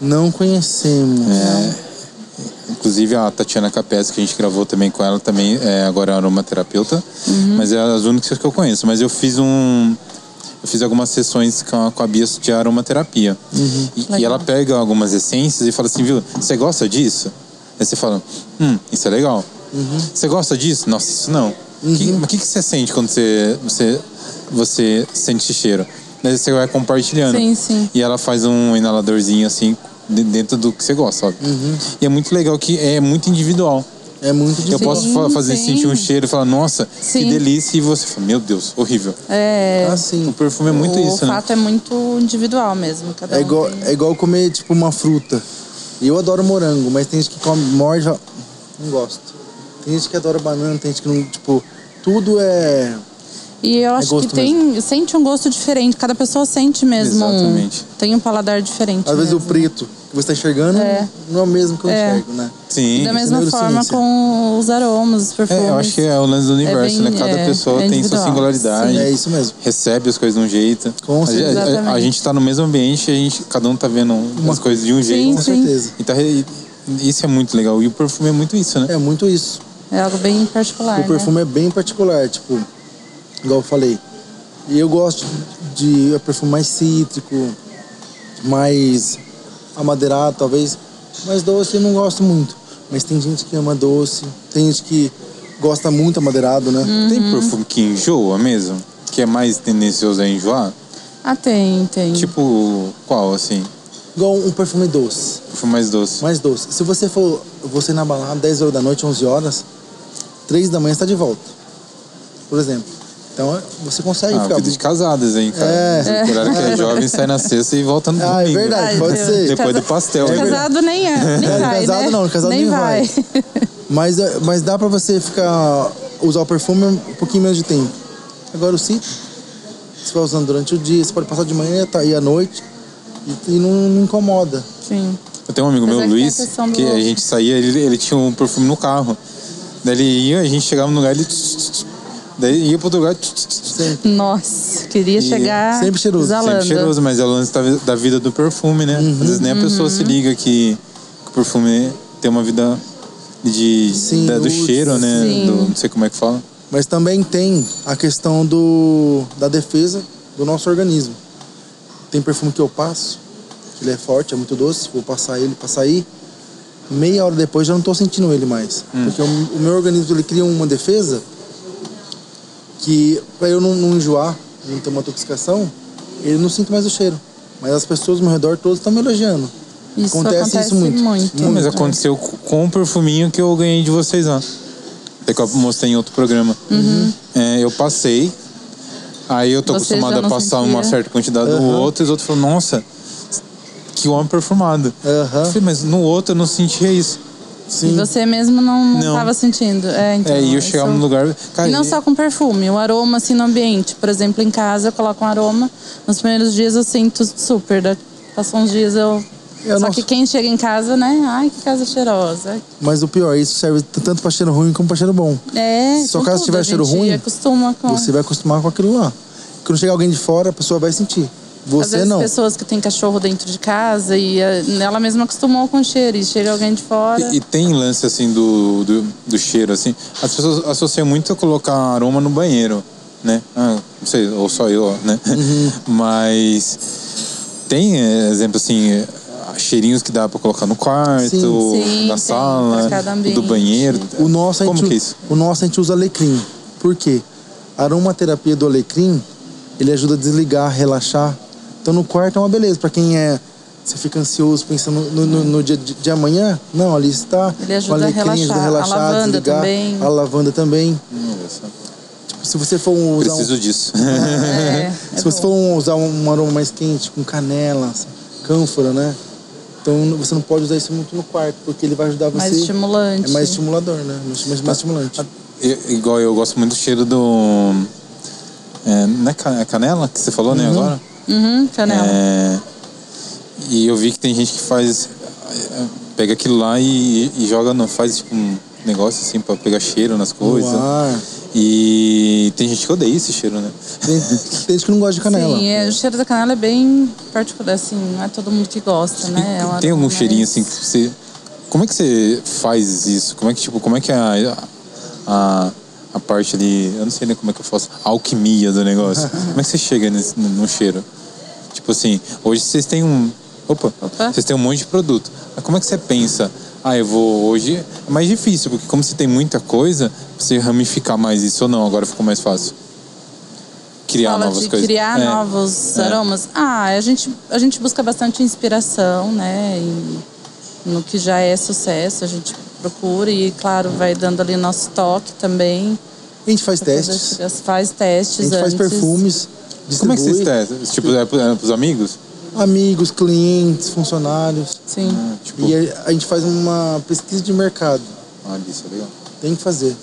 S2: Não conhecemos.
S3: É.
S1: Inclusive a Tatiana Capes, que a gente gravou também com ela, também é agora aromaterapeuta. Mas é as únicas que eu conheço. Mas eu fiz um. Eu fiz algumas sessões com a, com a Bia de aromaterapia. E, e
S3: Legal.
S1: ela pega algumas essências e fala assim, viu, você gosta disso? Aí você fala, hum, isso é legal. Você gosta disso? Nossa, isso não. Que- mas o que, que você sente quando você, você, você sente esse cheiro? Daí você vai compartilhando.
S3: Sim, sim.
S1: E ela faz um inaladorzinho assim de- dentro do que você gosta, sabe?
S3: Uhum.
S1: E é muito legal que é muito individual.
S2: É muito
S1: Eu
S2: difícil.
S1: posso fa- fazer
S3: sim.
S1: sentir um cheiro e falar, nossa, que
S3: Sim.
S1: delícia. E você fala, meu Deus, horrível.
S3: É,
S2: Assim,
S1: O perfume é muito
S3: o
S1: isso, né?
S3: fato é muito individual mesmo. Cada
S2: É
S3: um
S2: igual,
S3: tem-
S2: é igual comer, tipo, uma fruta. E eu adoro morango, mas tem gente que come, morde, e fala, não gosto. Tem gente que adora banana, tem gente que não, tipo, tudo é...
S3: E eu acho que
S2: gosto
S3: tem. Sente um gosto diferente. Cada pessoa sente mesmo. um-
S1: Exatamente.
S3: tem um paladar diferente.
S2: Às vezes o
S3: mesmo.
S2: preto que você tá enxergando
S3: É.
S2: não é o mesmo que eu
S3: É.
S2: enxergo, né?
S1: Sim.
S3: Da mesma forma
S2: neurociência.
S3: com os aromas, os perfumes.
S1: É, eu acho que é o lance do universo,
S3: bem-
S1: né? Cada
S3: é,
S1: pessoa
S3: é
S1: tem sua
S3: individual,
S1: singularidade.
S3: sim.
S2: É isso mesmo.
S1: Recebe as coisas de um jeito.
S2: Com
S1: a, gente-
S3: certeza.
S1: a, a gente tá no mesmo ambiente, a gente, cada um tá vendo as coisas de um
S3: Sim,
S1: jeito.
S2: Com
S3: sim.
S2: certeza.
S1: E tá, re- e isso é muito legal. E o perfume é muito isso, né?
S2: É muito isso.
S3: É algo bem particular. né?
S2: O perfume é bem particular, tipo, igual eu falei. E eu gosto de perfume mais cítrico, mais amadeirado, talvez. Mas doce eu não gosto muito. Mas tem gente que ama doce, tem gente que gosta muito amadeirado, né?
S3: Uhum.
S1: Tem perfume que enjoa mesmo? Que é mais tendencioso a enjoar?
S3: Né? Ah, tem, tem.
S1: Tipo, qual, assim?
S2: Igual um perfume doce,
S1: Perfume mais doce.
S2: mais doce. Se você for, você na balada 10 horas da noite, 11 horas, 3 da manhã está de volta, por exemplo. Então você consegue
S1: Ah,
S2: ficar...
S1: vida de casadas, hein, cara?
S2: É.
S1: O horário que é jovem sai na sexta e volta no domingo.
S2: Ah, é verdade,
S3: Ai,
S2: pode
S3: Deus.
S2: ser.
S1: Depois do pastel. né?
S3: Casado nem é. Nem
S2: É,
S3: vai,
S2: casado
S3: né?
S2: não, casado
S3: nem
S2: nem vai. Mas, é- mas dá pra você ficar. usar o perfume um pouquinho menos de tempo. Agora o cítrico, você vai usando durante o dia, você pode passar de manhã tá, e à noite e, e não, não incomoda.
S3: [LAUGHS] Sim.
S1: Eu tenho um amigo
S3: Mas
S1: meu,
S3: é que tem a
S1: Luiz,
S3: questão do-
S1: que a gente saía, ele, ele tinha um perfume no carro. Daí ele ia, a gente chegava no lugar, ele. tss, tss, tss. Daí ia pro outro lugar. tss, tss, tss.
S3: Nossa, queria chegar.
S2: sempre cheiroso, sempre
S3: exalando.
S1: Sempre cheiroso, mas é o lance da, vi- da vida do perfume, né? Às vezes nem a pessoa
S3: Uhum.
S1: se liga que, que o perfume tem uma vida de,
S2: Sim,
S1: da- do
S2: o-
S1: cheiro, né?
S3: sim.
S1: Do- não sei como é que fala.
S2: Mas também tem a questão do, da defesa do nosso organismo. Tem perfume que eu passo, que ele é forte, é muito doce, vou passar ele pra sair. Meia hora depois já não tô sentindo ele mais. Porque o, o meu organismo ele cria uma defesa que, pra eu não, não enjoar, não ter uma intoxicação, ele não sinto mais o cheiro. Mas as pessoas ao meu redor todas estão me elogiando.
S3: Isso
S2: Acontece
S3: acontece,
S2: isso muito. né?
S3: muito. é.
S1: Não, Então, mas aconteceu co- com o perfuminho que eu ganhei de vocês lá. É que eu mostrei em outro programa. É, eu passei. Aí eu tô
S3: Uhum. Vocês
S1: acostumado
S3: já
S1: a
S3: não
S1: passar
S3: sentia?
S1: uma certa quantidade do
S2: Aham.
S1: outro. E os outros falaram, nossa, que homem perfumado.
S2: Aham.
S1: Eu falei, mas no outro eu não sentia isso.
S3: E você mesmo não
S1: Não.
S3: estava sentindo. É, então,
S1: É, e eu
S3: isso-
S1: chegava no lugar... Cara,
S3: E não
S1: e-
S3: só com perfume, o aroma assim no ambiente. Por exemplo, em casa eu coloco um aroma. Nos primeiros dias eu sinto super. Da... Passam uns dias eu.
S2: Eu
S3: só
S2: não-
S3: que quem chega em casa, né? Ai, que casa cheirosa.
S2: Mas o pior, isso serve t- tanto pra cheiro ruim como pra cheiro bom.
S3: É.
S2: Só
S3: com
S2: caso
S3: tudo,
S2: tiver
S3: a
S2: cheiro
S3: gente
S2: ruim,
S3: acostuma com.
S2: Você vai acostumar com aquilo lá. Quando chegar alguém de fora, a pessoa vai sentir.
S3: Às
S2: Você
S3: vezes
S2: não.
S3: pessoas que têm cachorro dentro de casa e eh, ela mesma acostumou com o cheiro e chega alguém de fora.
S1: E, e tem lance assim do, do, do cheiro, assim. As pessoas associam muito a colocar aroma no banheiro, né? Ah, não sei, ou só eu, né?
S2: Uhum.
S1: [LAUGHS] Mas tem é, exemplo assim, é, cheirinhos que dá pra colocar no quarto,
S2: Sim,
S3: sim,
S1: na
S3: tem,
S1: sala,
S3: pra cada
S1: o do
S3: ambiente.
S1: banheiro.
S2: O nosso, a
S1: Como
S2: gente,
S1: que é isso?
S2: o nosso a gente usa alecrim. Por quê? A aromaterapia do alecrim, ele ajuda a desligar, relaxar. Então no quarto é uma beleza. Pra quem é. Você fica ansioso pensando no, no- no dia de, de amanhã? Não, ali está.
S3: Ele ajuda
S2: com
S3: a relaxar. A lavanda também.
S2: A lavanda também.
S1: Nossa,
S2: Tipo, se você for usar. um-
S1: Preciso disso. [LAUGHS]
S3: É, é
S2: Se você
S3: bom.
S2: for um- usar um, um aroma mais quente, com canela, cânfora, né? Então n- você não pode usar isso muito no quarto, porque ele vai ajudar você.
S3: mais estimulante.
S2: É mais estimulador, né? Mais, mais, mais estimulante.
S1: Eu- igual eu gosto muito do cheiro do. É, não é ca- é canela que você falou, né? Agora?
S3: Uhum, canela.
S1: É, e eu vi que tem gente que faz. é, Pega aquilo lá e, e joga, não faz tipo um negócio assim pra pegar cheiro nas coisas.
S2: No ar.
S1: E tem gente que odeia esse cheiro, né?
S2: Tem, tem gente que não gosta de canela.
S3: Sim, é, o cheiro da canela é bem particular, assim, não é todo mundo que gosta, né? É
S1: tem
S3: um aroma
S1: algum
S3: mais-
S1: cheirinho assim que você. Como é que você faz isso? Como é que, tipo, como é que é a, a, a parte ali. Eu não sei nem como é que eu faço. A alquimia do
S3: [LAUGHS]
S1: negócio. como é que você chega nesse, no, no cheiro? Tipo assim, hoje vocês têm um. Opa,
S3: Opa.
S1: vocês têm um monte de produto. Mas Como é que você pensa? Ah, eu vou hoje. É mais difícil, porque como você tem muita coisa, você ramificar mais isso ou não, agora ficou mais fácil. Criar
S3: Fala
S1: novas
S3: de
S1: coisas.
S3: criar
S1: É.
S3: novos
S1: É.
S3: aromas. Ah, a gente, a gente busca bastante inspiração, né? em- no que já é sucesso, a gente procura e, claro, vai dando ali nosso toque também.
S2: A gente faz
S3: Pra poder
S2: testes,
S3: chegar- Faz
S2: a
S3: testes
S2: gente faz
S3: antes.
S2: perfumes, distribui.
S1: Como é que vocês testam? Tipo, é pro- é pros amigos?
S2: Amigos, clientes, funcionários.
S3: Sim.
S1: Ah, tipo,
S2: E a, a gente faz uma pesquisa de mercado.
S1: Olha isso, legal.
S2: Tem que fazer.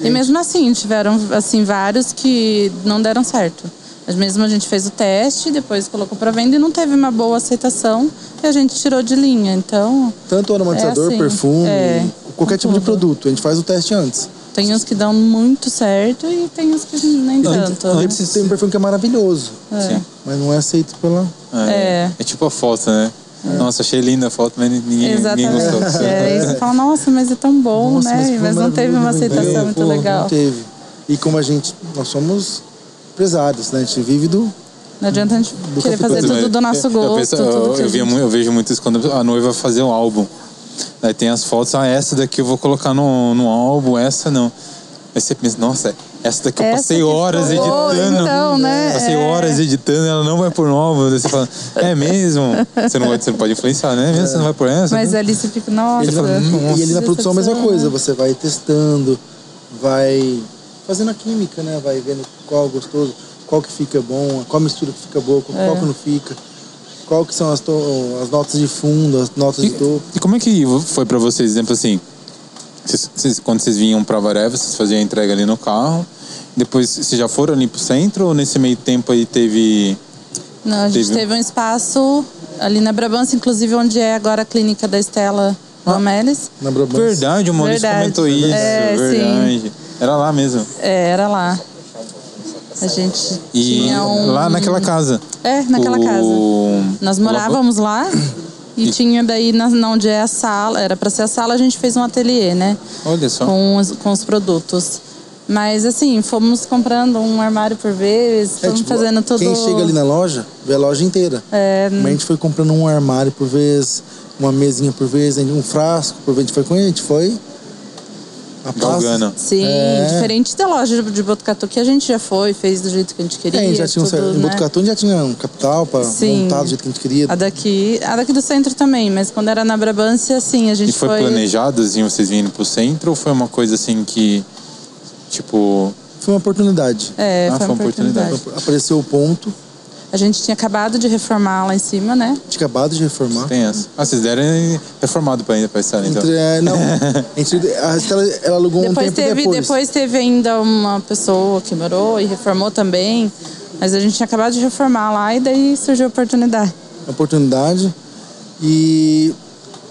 S3: E mesmo assim, tiveram assim vários que não deram certo. Mas mesmo a gente fez o teste, depois colocou para venda e não teve uma boa aceitação e a gente tirou de linha. Então,
S2: Tanto aromatizador,
S3: É assim,
S2: perfume,
S3: é,
S2: qualquer tipo de
S3: tudo.
S2: produto. A gente faz o teste antes.
S3: tem uns que dão muito certo e tem uns que nem tanto. né?
S1: antes-
S2: Tem um perfume que é maravilhoso,
S1: Sim.
S2: mas não é aceito pela.
S1: É,
S3: É.
S1: é tipo a foto, né? Nossa, achei linda a foto, mas ninguém, ninguém gostou. tá
S3: Exatamente. É, isso fala, nossa, mas é tão bom,
S2: Nossa, mas foi
S3: né? Mas não teve uma
S2: maravilhoso,
S3: aceitação
S1: né?
S3: muito
S1: Pô,
S2: Não
S3: legal.
S2: teve. E como a gente, nós somos empresários, né? A gente vive do.
S3: Não adianta a gente querer fazer
S1: Mas,
S3: tudo do nosso
S1: né? eu- Eu, penso-
S3: gosto. tudo
S1: eu-
S3: que a
S1: eu via
S3: gente-
S1: mu- eu vejo muito isso quando a noiva fazer um álbum. Aí tem as fotos, ah, essa daqui eu vou colocar no, no álbum, essa não. Aí você pensa, nossa, essa daqui eu
S3: Essa
S1: passei
S3: que
S1: horas
S3: ficou boa,
S1: editando.
S3: então, né?
S1: Passei
S3: É.
S1: horas editando, ela não vai por nova. Daí você fala, é mesmo? Você não, gosta- você não pode influenciar, né? Mesmo você não vai por essa?
S3: Mas ali você fica, nossa.
S1: fala, hum,
S2: E ele na
S3: decepção,
S2: produção é a mesma
S3: né?
S2: coisa. Você vai testando, vai fazendo a química, né? Vai vendo qual é gostoso, qual que fica bom, qual mistura que fica boa, qual,
S3: É.
S2: qual que não fica, qual que são as, to- as notas de fundo, as notas de topo.
S1: E, e como é que foi pra vocês, exemplo assim? vocês- vocês- quando vocês vinham pra Vareva, vocês faziam a entrega ali no carro. Depois, vocês já foram ali pro centro ou nesse meio tempo aí teve.
S3: Não, a gente
S1: Teve-
S3: teve um espaço ali na Brabança, inclusive onde é agora a clínica da Estela Gomeles.
S2: Na Brabant.
S1: Verdade, o Maurício
S3: Verdade.
S1: comentou isso.
S3: É,
S1: verdade. Era lá mesmo.
S3: É, era lá. A gente
S1: E
S3: tinha um...
S1: lá naquela casa.
S3: É, naquela
S1: O-
S3: casa. Nós
S1: o lavo-
S3: morávamos lá e tinha daí na, na onde é a sala, era para ser a sala, a gente fez um ateliê, né?
S1: Olha só.
S3: Com os, com os produtos. Mas assim, fomos comprando um armário por vez,
S2: É,
S3: fomos
S2: tipo,
S3: fazendo tudo.
S2: Quem chega ali na loja, vê a loja inteira.
S3: É,
S2: Mas a gente foi comprando um armário por vez, uma mesinha por vez, um frasco por vez. A gente foi com a gente, foi. A
S1: Galgano.
S3: sim,
S2: É.
S3: diferente da loja de Botucatu que a gente já foi, fez do jeito que a gente queria.
S2: É, a gente já tinha um
S3: tudo,
S2: certo. Em
S3: né?
S2: Botucatu a gente já tinha um capital pra
S3: Sim.
S2: montar do jeito que a gente queria.
S3: A daqui, a daqui do centro também, mas quando era na Brabância, sim, a gente
S1: E foi,
S3: foi.
S1: planejado, assim, vocês virem pro centro? Ou foi uma coisa assim que, tipo...
S2: Foi uma oportunidade.
S3: É,
S1: Ah,
S3: foi uma oportunidade.
S2: Apareceu o ponto,
S3: A gente tinha acabado de reformar lá em cima, né?
S2: tinha acabado de reformar.
S1: Tem essa. Ah, vocês deram reformado pra, pra Estela, então.
S2: Entre, é, não, a, gente, a Estela ela alugou
S3: Depois
S2: um tempo
S3: teve,
S2: depois.
S3: depois. teve ainda uma pessoa que morou e reformou também. Mas a gente tinha acabado de reformar lá e daí surgiu a oportunidade.
S2: Uma oportunidade. E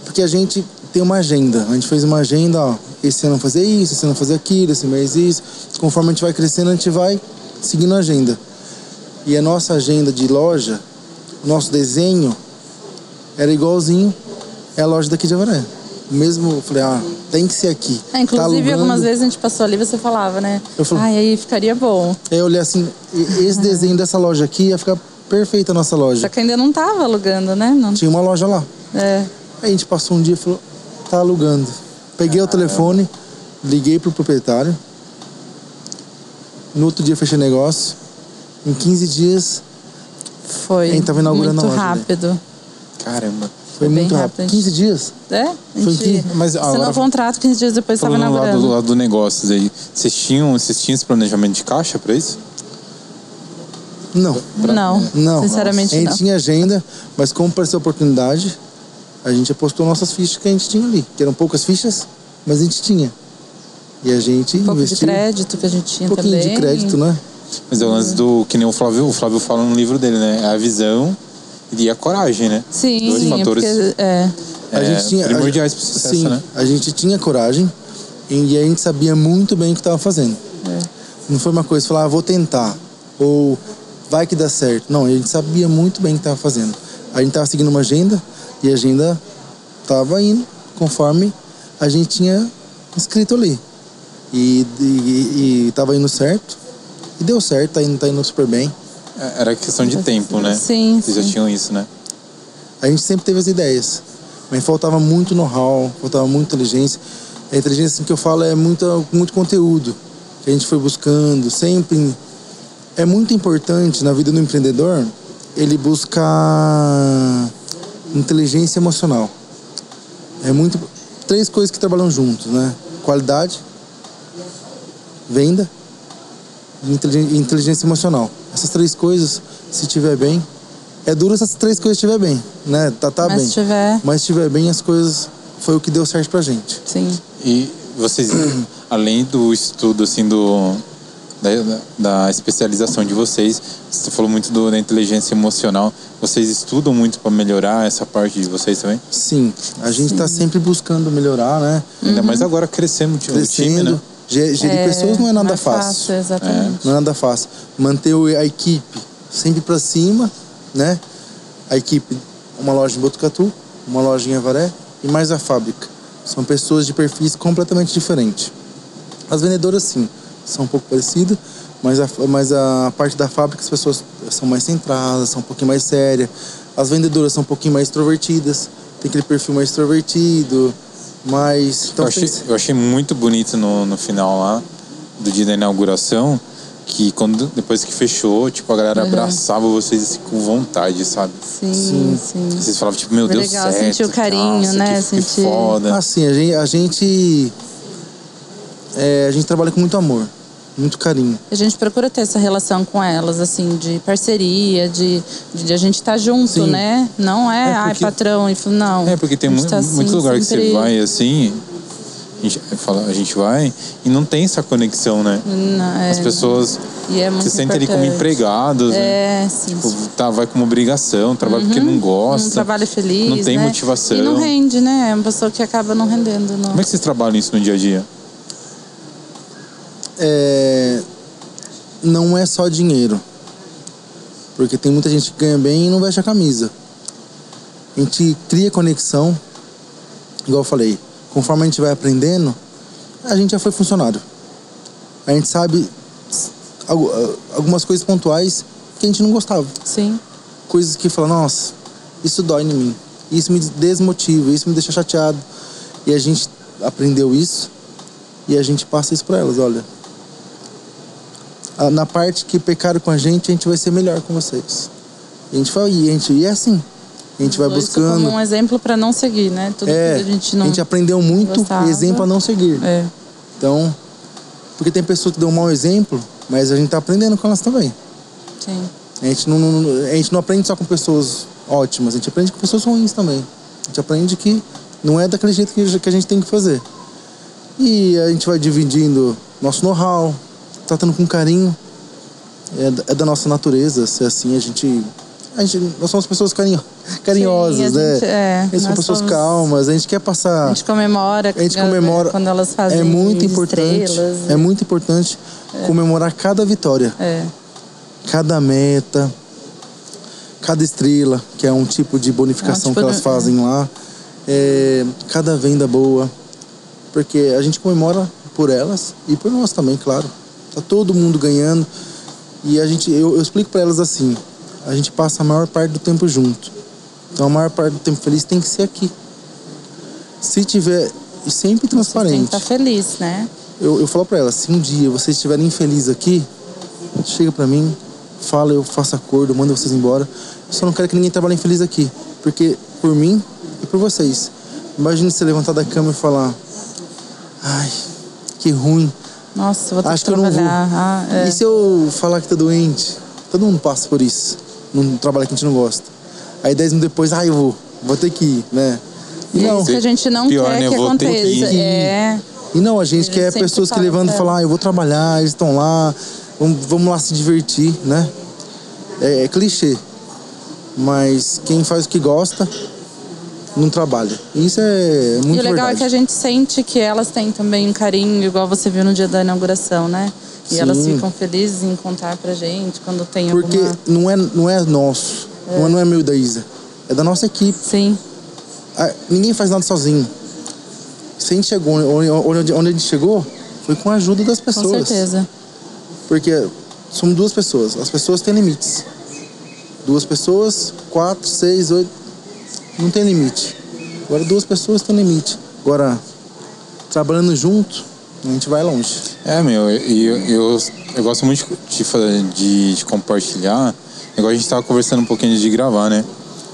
S2: porque a gente tem uma agenda. A gente fez uma agenda, ó, esse ano fazer isso, esse ano fazer aquilo, esse mês isso. Conforme a gente vai crescendo, a gente vai seguindo a agenda. E a nossa agenda de loja, o nosso desenho, era igualzinho é a loja daqui de Avaré. Mesmo, eu falei, ah, tem que ser aqui.
S3: É, inclusive,
S2: Tá
S3: algumas
S2: alugando.
S3: vezes a gente passou ali e você falava, né?
S2: Eu falo-
S3: Ai, aí ficaria bom.
S2: Aí eu olhei assim, e- esse desenho dessa loja aqui ia ficar perfeita a nossa
S3: Só
S2: loja.
S3: que ainda não tava alugando, né? Não,
S2: Tinha uma loja lá.
S3: é.
S2: Aí a gente passou um dia e falou, tá alugando. Peguei o telefone, liguei pro proprietário. No outro dia fechei negócio. Em 15 dias,
S3: Foi
S2: Ele tava inaugurando
S3: muito
S2: a loja, né?
S3: rápido.
S1: Caramba.
S2: foi,
S3: Foi bem
S2: muito rápido.
S3: rápido.
S2: 15 dias?
S3: É? A
S2: Foi
S3: gente
S2: que-
S1: mas
S3: assinou
S1: agora-
S3: o contrato 15 dias depois estava
S1: Falando lá do lado,
S3: inaugurando.
S1: do negócio aí, vocês tinham, vocês tinham esse planejamento de caixa pra isso?
S2: Não.
S3: Não,
S2: Não.
S3: sinceramente
S2: A gente
S3: não.
S2: tinha agenda, mas como apareceu a oportunidade, a gente apostou nossas fichas que a gente tinha ali. Que eram poucas fichas, mas a gente tinha. E a gente
S3: Um pouco de
S2: investiu
S3: crédito que a gente tinha
S2: um pouquinho
S3: também.
S2: de crédito, né?
S1: Mas é o lance do. Que nem o Flávio, o Flávio fala no livro dele, né? É a visão e a coragem, né?
S3: Sim,
S1: Dois
S3: é
S1: fatores
S3: porque- é.
S2: A
S1: é,
S2: gente tinha-
S1: primordiais pro sucesso,
S2: Sim,
S1: né?
S2: a gente tinha coragem e a gente sabia muito bem o que estava fazendo.
S1: É.
S2: Não foi uma coisa falar, ah, vou tentar, ou vai que dá certo. Não, a gente sabia muito bem o que estava fazendo. A gente estava seguindo uma agenda e a agenda estava indo conforme a gente tinha escrito ali. E estava indo certo, e deu certo, tá indo, tá indo super bem.
S1: É, Era questão de tempo, né?
S3: Sim,
S1: Vocês já
S3: sim.
S1: tinham isso, né?
S2: A gente sempre teve as ideias, mas faltava muito know-how, faltava muita inteligência. A inteligência assim, que eu falo é muito, muito conteúdo que a gente foi buscando, sempre. É muito importante na vida do empreendedor ele buscar inteligência emocional. É muito. Três coisas que trabalham juntos, né? Qualidade, venda e inteligen- e inteligência emocional. Essas três coisas, se tiver bem. É duro se essas três coisas estiver bem, né? Tá, tá
S3: Mas
S2: bem.
S3: se tiver,
S2: Mas se tiver bem, as coisas. Foi o que deu certo pra gente.
S3: sim.
S1: E
S2: [CLEARS THROAT]
S1: vocês, além do estudo, assim, do. Da, da- da especialização de vocês, você falou muito do, da inteligência emocional. Vocês estudam muito para melhorar essa parte de vocês também?
S2: Sim, a gente tá sempre buscando melhorar, né?
S1: Ainda
S3: Uhum.
S1: mais agora crescemos o time,
S2: Crescendo.
S1: né?
S2: Ge- Gerir
S3: É,
S2: pessoas não é nada fácil.
S3: Exatamente.
S2: Não é nada fácil. Manter o- a equipe sempre pra cima, né? A equipe, uma loja em Botucatu, uma loja em Avaré e mais a fábrica. São pessoas de perfis completamente diferentes. As vendedoras, sim, são um pouco parecidas, mas a, mas a parte da fábrica as pessoas são mais centradas, são um pouquinho mais sérias. As vendedoras são um pouquinho mais extrovertidas, tem aquele perfil mais extrovertido, mas. Então,
S1: eu, achei,
S2: tem-
S1: eu achei muito bonito no, no final lá, do dia da inauguração, que quando, depois que fechou, tipo, a galera abraçava vocês assim, com vontade, sabe?
S3: Sim, sim.
S1: Vocês falavam, tipo, meu
S3: Foi
S1: Deus,
S3: legal,
S1: certo.
S3: sentir o carinho,
S1: nossa, Que,
S3: né?
S1: que
S3: Sentir-
S1: foda.
S2: Assim, a gente. A gente, é, a gente trabalha com muito amor, muito carinho.
S3: A gente procura ter essa relação com elas, assim, de parceria, de, de a gente estar junto,
S2: Sim.
S3: né? Não é,
S1: É,
S3: ai,
S1: porque-
S3: patrão, e fala, não.
S1: É, porque tem
S3: A gente
S1: muito,
S3: tá, assim,
S1: muito lugar que você
S3: sempre-
S1: vai assim. gente, fala, a gente vai e não tem essa conexão, né?
S3: Não, é,
S1: As pessoas
S3: E é muito
S1: se sentem ali como
S3: importante.
S1: empregados, né?
S3: É, sim.
S1: Tipo, tá, vai como obrigação, trabalha porque não gosta.
S3: não trabalha feliz.
S1: não tem
S3: né?
S1: motivação.
S3: E não rende, né? É uma pessoa que acaba não rendendo. Não.
S1: Como é que vocês trabalham isso no dia a dia?
S2: é, não é só dinheiro. Porque tem muita gente que ganha bem e não veste a camisa. A gente cria conexão, igual eu falei, conforme a gente vai aprendendo, a gente já foi funcionário. A gente sabe s- algu- algumas coisas pontuais que a gente não gostava
S3: Sim.
S2: coisas que falam, nossa, isso dói em mim, isso me desmotiva, isso me deixa chateado. E a gente aprendeu isso e a gente passa isso para elas, olha. ah, Na parte que pecaram com a gente, a gente vai ser melhor com vocês. E a gente fala, e, a gente, e é assim. A gente vai
S3: Usou isso
S2: buscando.
S3: Como um exemplo para não seguir, né? Tudo
S2: É,
S3: que a gente não.
S2: aprendeu muito
S3: gostava.
S2: exemplo a não seguir.
S3: É.
S2: Então, porque tem pessoa que deu um mau exemplo, mas a gente tá aprendendo com elas também.
S3: Sim.
S2: A gente não, não- a gente não aprende só com pessoas ótimas, a gente aprende com pessoas ruins também. A gente aprende que não é daquele jeito que, que a gente tem que fazer. E a gente vai dividindo nosso know-how, tratando com carinho. É, da- é da nossa natureza ser assim. A gente, a gente. Nós somos pessoas carinho, [LAUGHS] carinhosas,
S3: Sim, a gente-
S2: né?
S3: é,
S2: Nós somos
S3: nós
S2: pessoas
S3: somos-
S2: calmas, a gente quer
S3: A
S2: passar.
S3: gente comemora,
S2: A gente comemora.
S3: quando elas fazem
S2: é muito importante.
S3: estrelas. né?
S2: É muito importante comemorar cada vitória
S3: É.
S2: cada meta, cada estrela, que é um tipo de
S3: É
S2: bonificação
S3: um tipo
S2: que elas
S3: de-
S2: fazem lá, é, cada venda boa, porque a gente comemora por elas e por nós também, claro. Tá todo mundo ganhando e a gente, eu, eu explico para elas assim, a gente passa a maior parte do tempo junto, então a maior parte do tempo feliz tem que ser aqui. Se tiver e sempre
S3: Tem que
S2: transparente.
S3: estar feliz, né?
S2: Eu, eu falo pra ela, se um dia vocês estiverem infelizes aqui, chega pra mim, fala, eu faço acordo, mando vocês embora. Só não quero que ninguém trabalhe infeliz aqui. Porque por mim e por vocês. Imagina você levantar da cama e falar. Ai, que ruim.
S3: Nossa, vou ter
S2: Acho
S3: que
S2: que eu não vou.
S3: trabalhar. Ah, é.
S2: E se eu falar que tá doente? Todo mundo passa por isso. Num trabalho que a gente não gosta. Aí dez minutos depois, ai, eu vou. Vou ter que ir, né? E
S3: É
S2: não.
S3: isso que a gente não
S1: Pior,
S3: quer
S1: né?
S3: que
S1: Vou ter que
S3: aconteça.
S2: ir.
S3: É.
S2: E não, a gente
S3: Ele
S2: quer
S3: sempre
S2: pessoas que
S3: fala é.
S2: levantam
S3: pra
S2: e falam, ah, eu vou trabalhar, eles estão lá, vamos, vamos lá se divertir, né? É, é clichê. Mas quem faz o que gosta, não trabalha. Isso é muito
S3: e o legal é
S2: verdade.
S3: que a gente sente que elas têm também um carinho, igual você viu no dia da inauguração, né? E
S2: Sim.
S3: elas ficam felizes em contar pra gente quando tem
S2: Porque
S3: alguma...
S2: não, é, não é nosso, Não, é, não é meu e da Isa. É da nossa equipe.
S3: Sim,
S2: Ah, ninguém faz nada sozinho. Se a gente chegou onde, onde- onde a gente chegou, foi com a ajuda das
S3: com
S2: pessoas.
S3: certeza.
S2: Porque somos duas pessoas. As pessoas têm limites. Duas pessoas, quatro, seis, oito. Não tem limite. Agora duas pessoas têm limite. Agora, trabalhando junto, a gente vai longe.
S1: É, meu, e eu, eu, eu gosto muito de, fa- de, de compartilhar. Igual a gente tava conversando um pouquinho antes de gravar, né?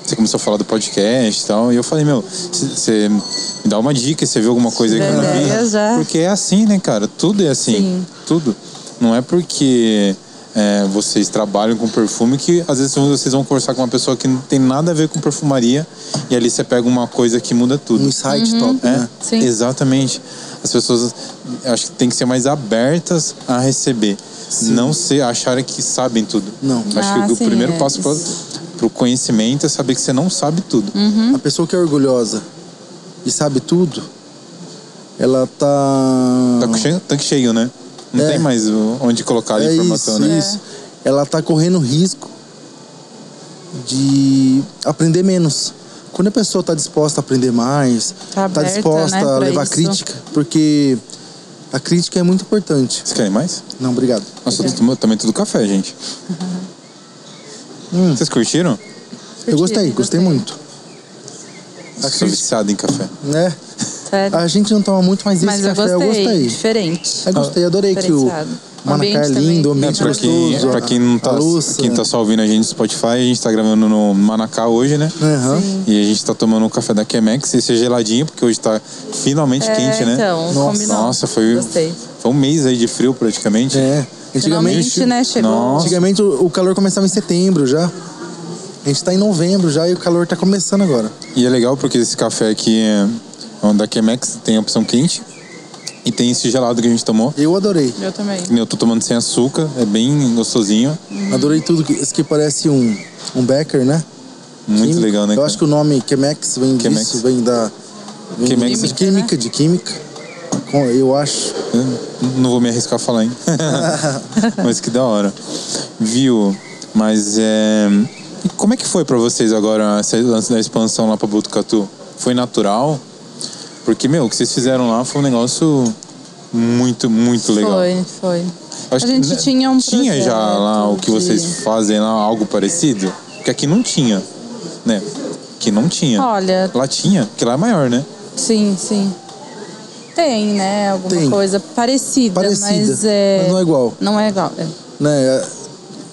S1: Você começou a falar do podcast e tal. E eu falei, meu, você me dá uma dica, você viu alguma coisa aí que eu não
S3: Ideia
S1: vi?
S3: já.
S1: Porque é assim, né, cara? Tudo é assim.
S3: Sim.
S1: Tudo. Não é porque é, vocês trabalham com perfume que às vezes vocês vão conversar com uma pessoa que não tem nada a ver com perfumaria e ali você pega uma coisa que muda tudo.
S2: Um insight top,
S1: É,
S2: né?
S3: Sim.
S1: exatamente. As pessoas acho que tem que ser mais abertas a receber. Não ser acharem que sabem tudo.
S2: Não.
S1: Acho
S3: Ah,
S1: que o
S3: sim,
S1: primeiro
S3: é
S1: passo pra, pro conhecimento é saber que você não sabe tudo.
S3: Uhum.
S2: A pessoa que é orgulhosa e sabe tudo, ela tá.
S1: Tá com cheio, tanque cheio, né? Não
S2: É.
S1: tem mais o- onde colocar a
S2: é
S1: informação,
S2: isso,
S1: né?
S2: isso. Ela tá correndo risco de aprender menos. Quando a pessoa tá disposta a aprender mais,
S3: Tá
S2: tá,
S3: aberta,
S2: disposta
S3: né,
S2: a
S3: pra
S2: levar
S3: isso.
S2: crítica, porque a crítica é muito importante.
S1: Vocês querem mais?
S2: Não, obrigado.
S1: Nossa, eu tomo- também tudo café, gente.
S3: Uhum.
S2: Hum.
S1: Vocês curtiram?
S2: Eu gostei,
S3: Curti,
S2: gostei muito. A
S1: Sou
S2: crítica,
S1: viciado em café.
S2: né?
S3: Sério.
S2: A gente não toma muito, mas esse
S3: Mas eu
S2: café
S3: gostei,
S2: eu gostei.
S3: diferente.
S2: Eu gostei, adorei que o
S3: Diferenciado. O
S2: Manacá é
S3: ambiente
S2: lindo, o
S3: também.
S1: Ah. É,
S2: ambiente
S1: pra quem,
S2: gostoso.
S1: pra quem não tá,
S2: a luz,
S1: quem tá só ouvindo a gente no Spotify, a gente tá gravando no Manacá hoje, né?
S2: Aham.
S1: E a gente tá tomando um café da Chemex, esse é geladinho, porque hoje tá finalmente
S3: É,
S1: quente, né?
S3: então,
S1: nossa,
S3: combinou.
S1: nossa, foi,
S3: Gostei.
S1: foi um mês aí de frio praticamente.
S2: É. Antigamente,
S3: Finalmente, né, chegou.
S1: Nossa.
S2: Antigamente o o calor começava em setembro já. A gente tá em novembro já e o calor tá começando agora.
S1: E é legal porque esse café aqui é é um da Chemex, tem a opção quente. E tem esse gelado que a gente tomou.
S2: Eu adorei.
S3: Eu também.
S1: Eu tô tomando sem açúcar, é bem gostosinho.
S2: Adorei tudo. que- Esse que parece um, um Becker, né?
S1: Muito
S2: Químico.
S1: legal, né?
S2: Eu
S1: cara?
S2: acho que o nome Chemex vem
S1: Chemex.
S2: disso, vem da... Vem
S1: Chemex.
S2: de química, de química. Com- Eu acho.
S1: Eu Não vou me arriscar a falar, hein? [LAUGHS] Mas que da hora. Viu? Mas é. e Como é que foi pra vocês agora esse lance da expansão lá pra Botucatu? Foi natural? Porque, meu, o que vocês fizeram lá foi um negócio muito, muito legal.
S3: Foi, foi.
S1: Acho
S3: a
S1: que,
S3: gente
S1: né,
S3: tinha um
S1: Tinha já lá o que
S3: projeto de-
S1: vocês fazem lá, algo parecido? Porque aqui não tinha, né? Que não
S2: É.
S1: tinha.
S3: Olha,
S1: Lá tinha, porque lá é maior, né?
S3: sim, sim. Tem, né? Alguma
S2: Tem.
S3: coisa parecida,
S2: Parecida,
S3: mas é.
S2: mas não é igual.
S3: Não é igual. é.
S2: né?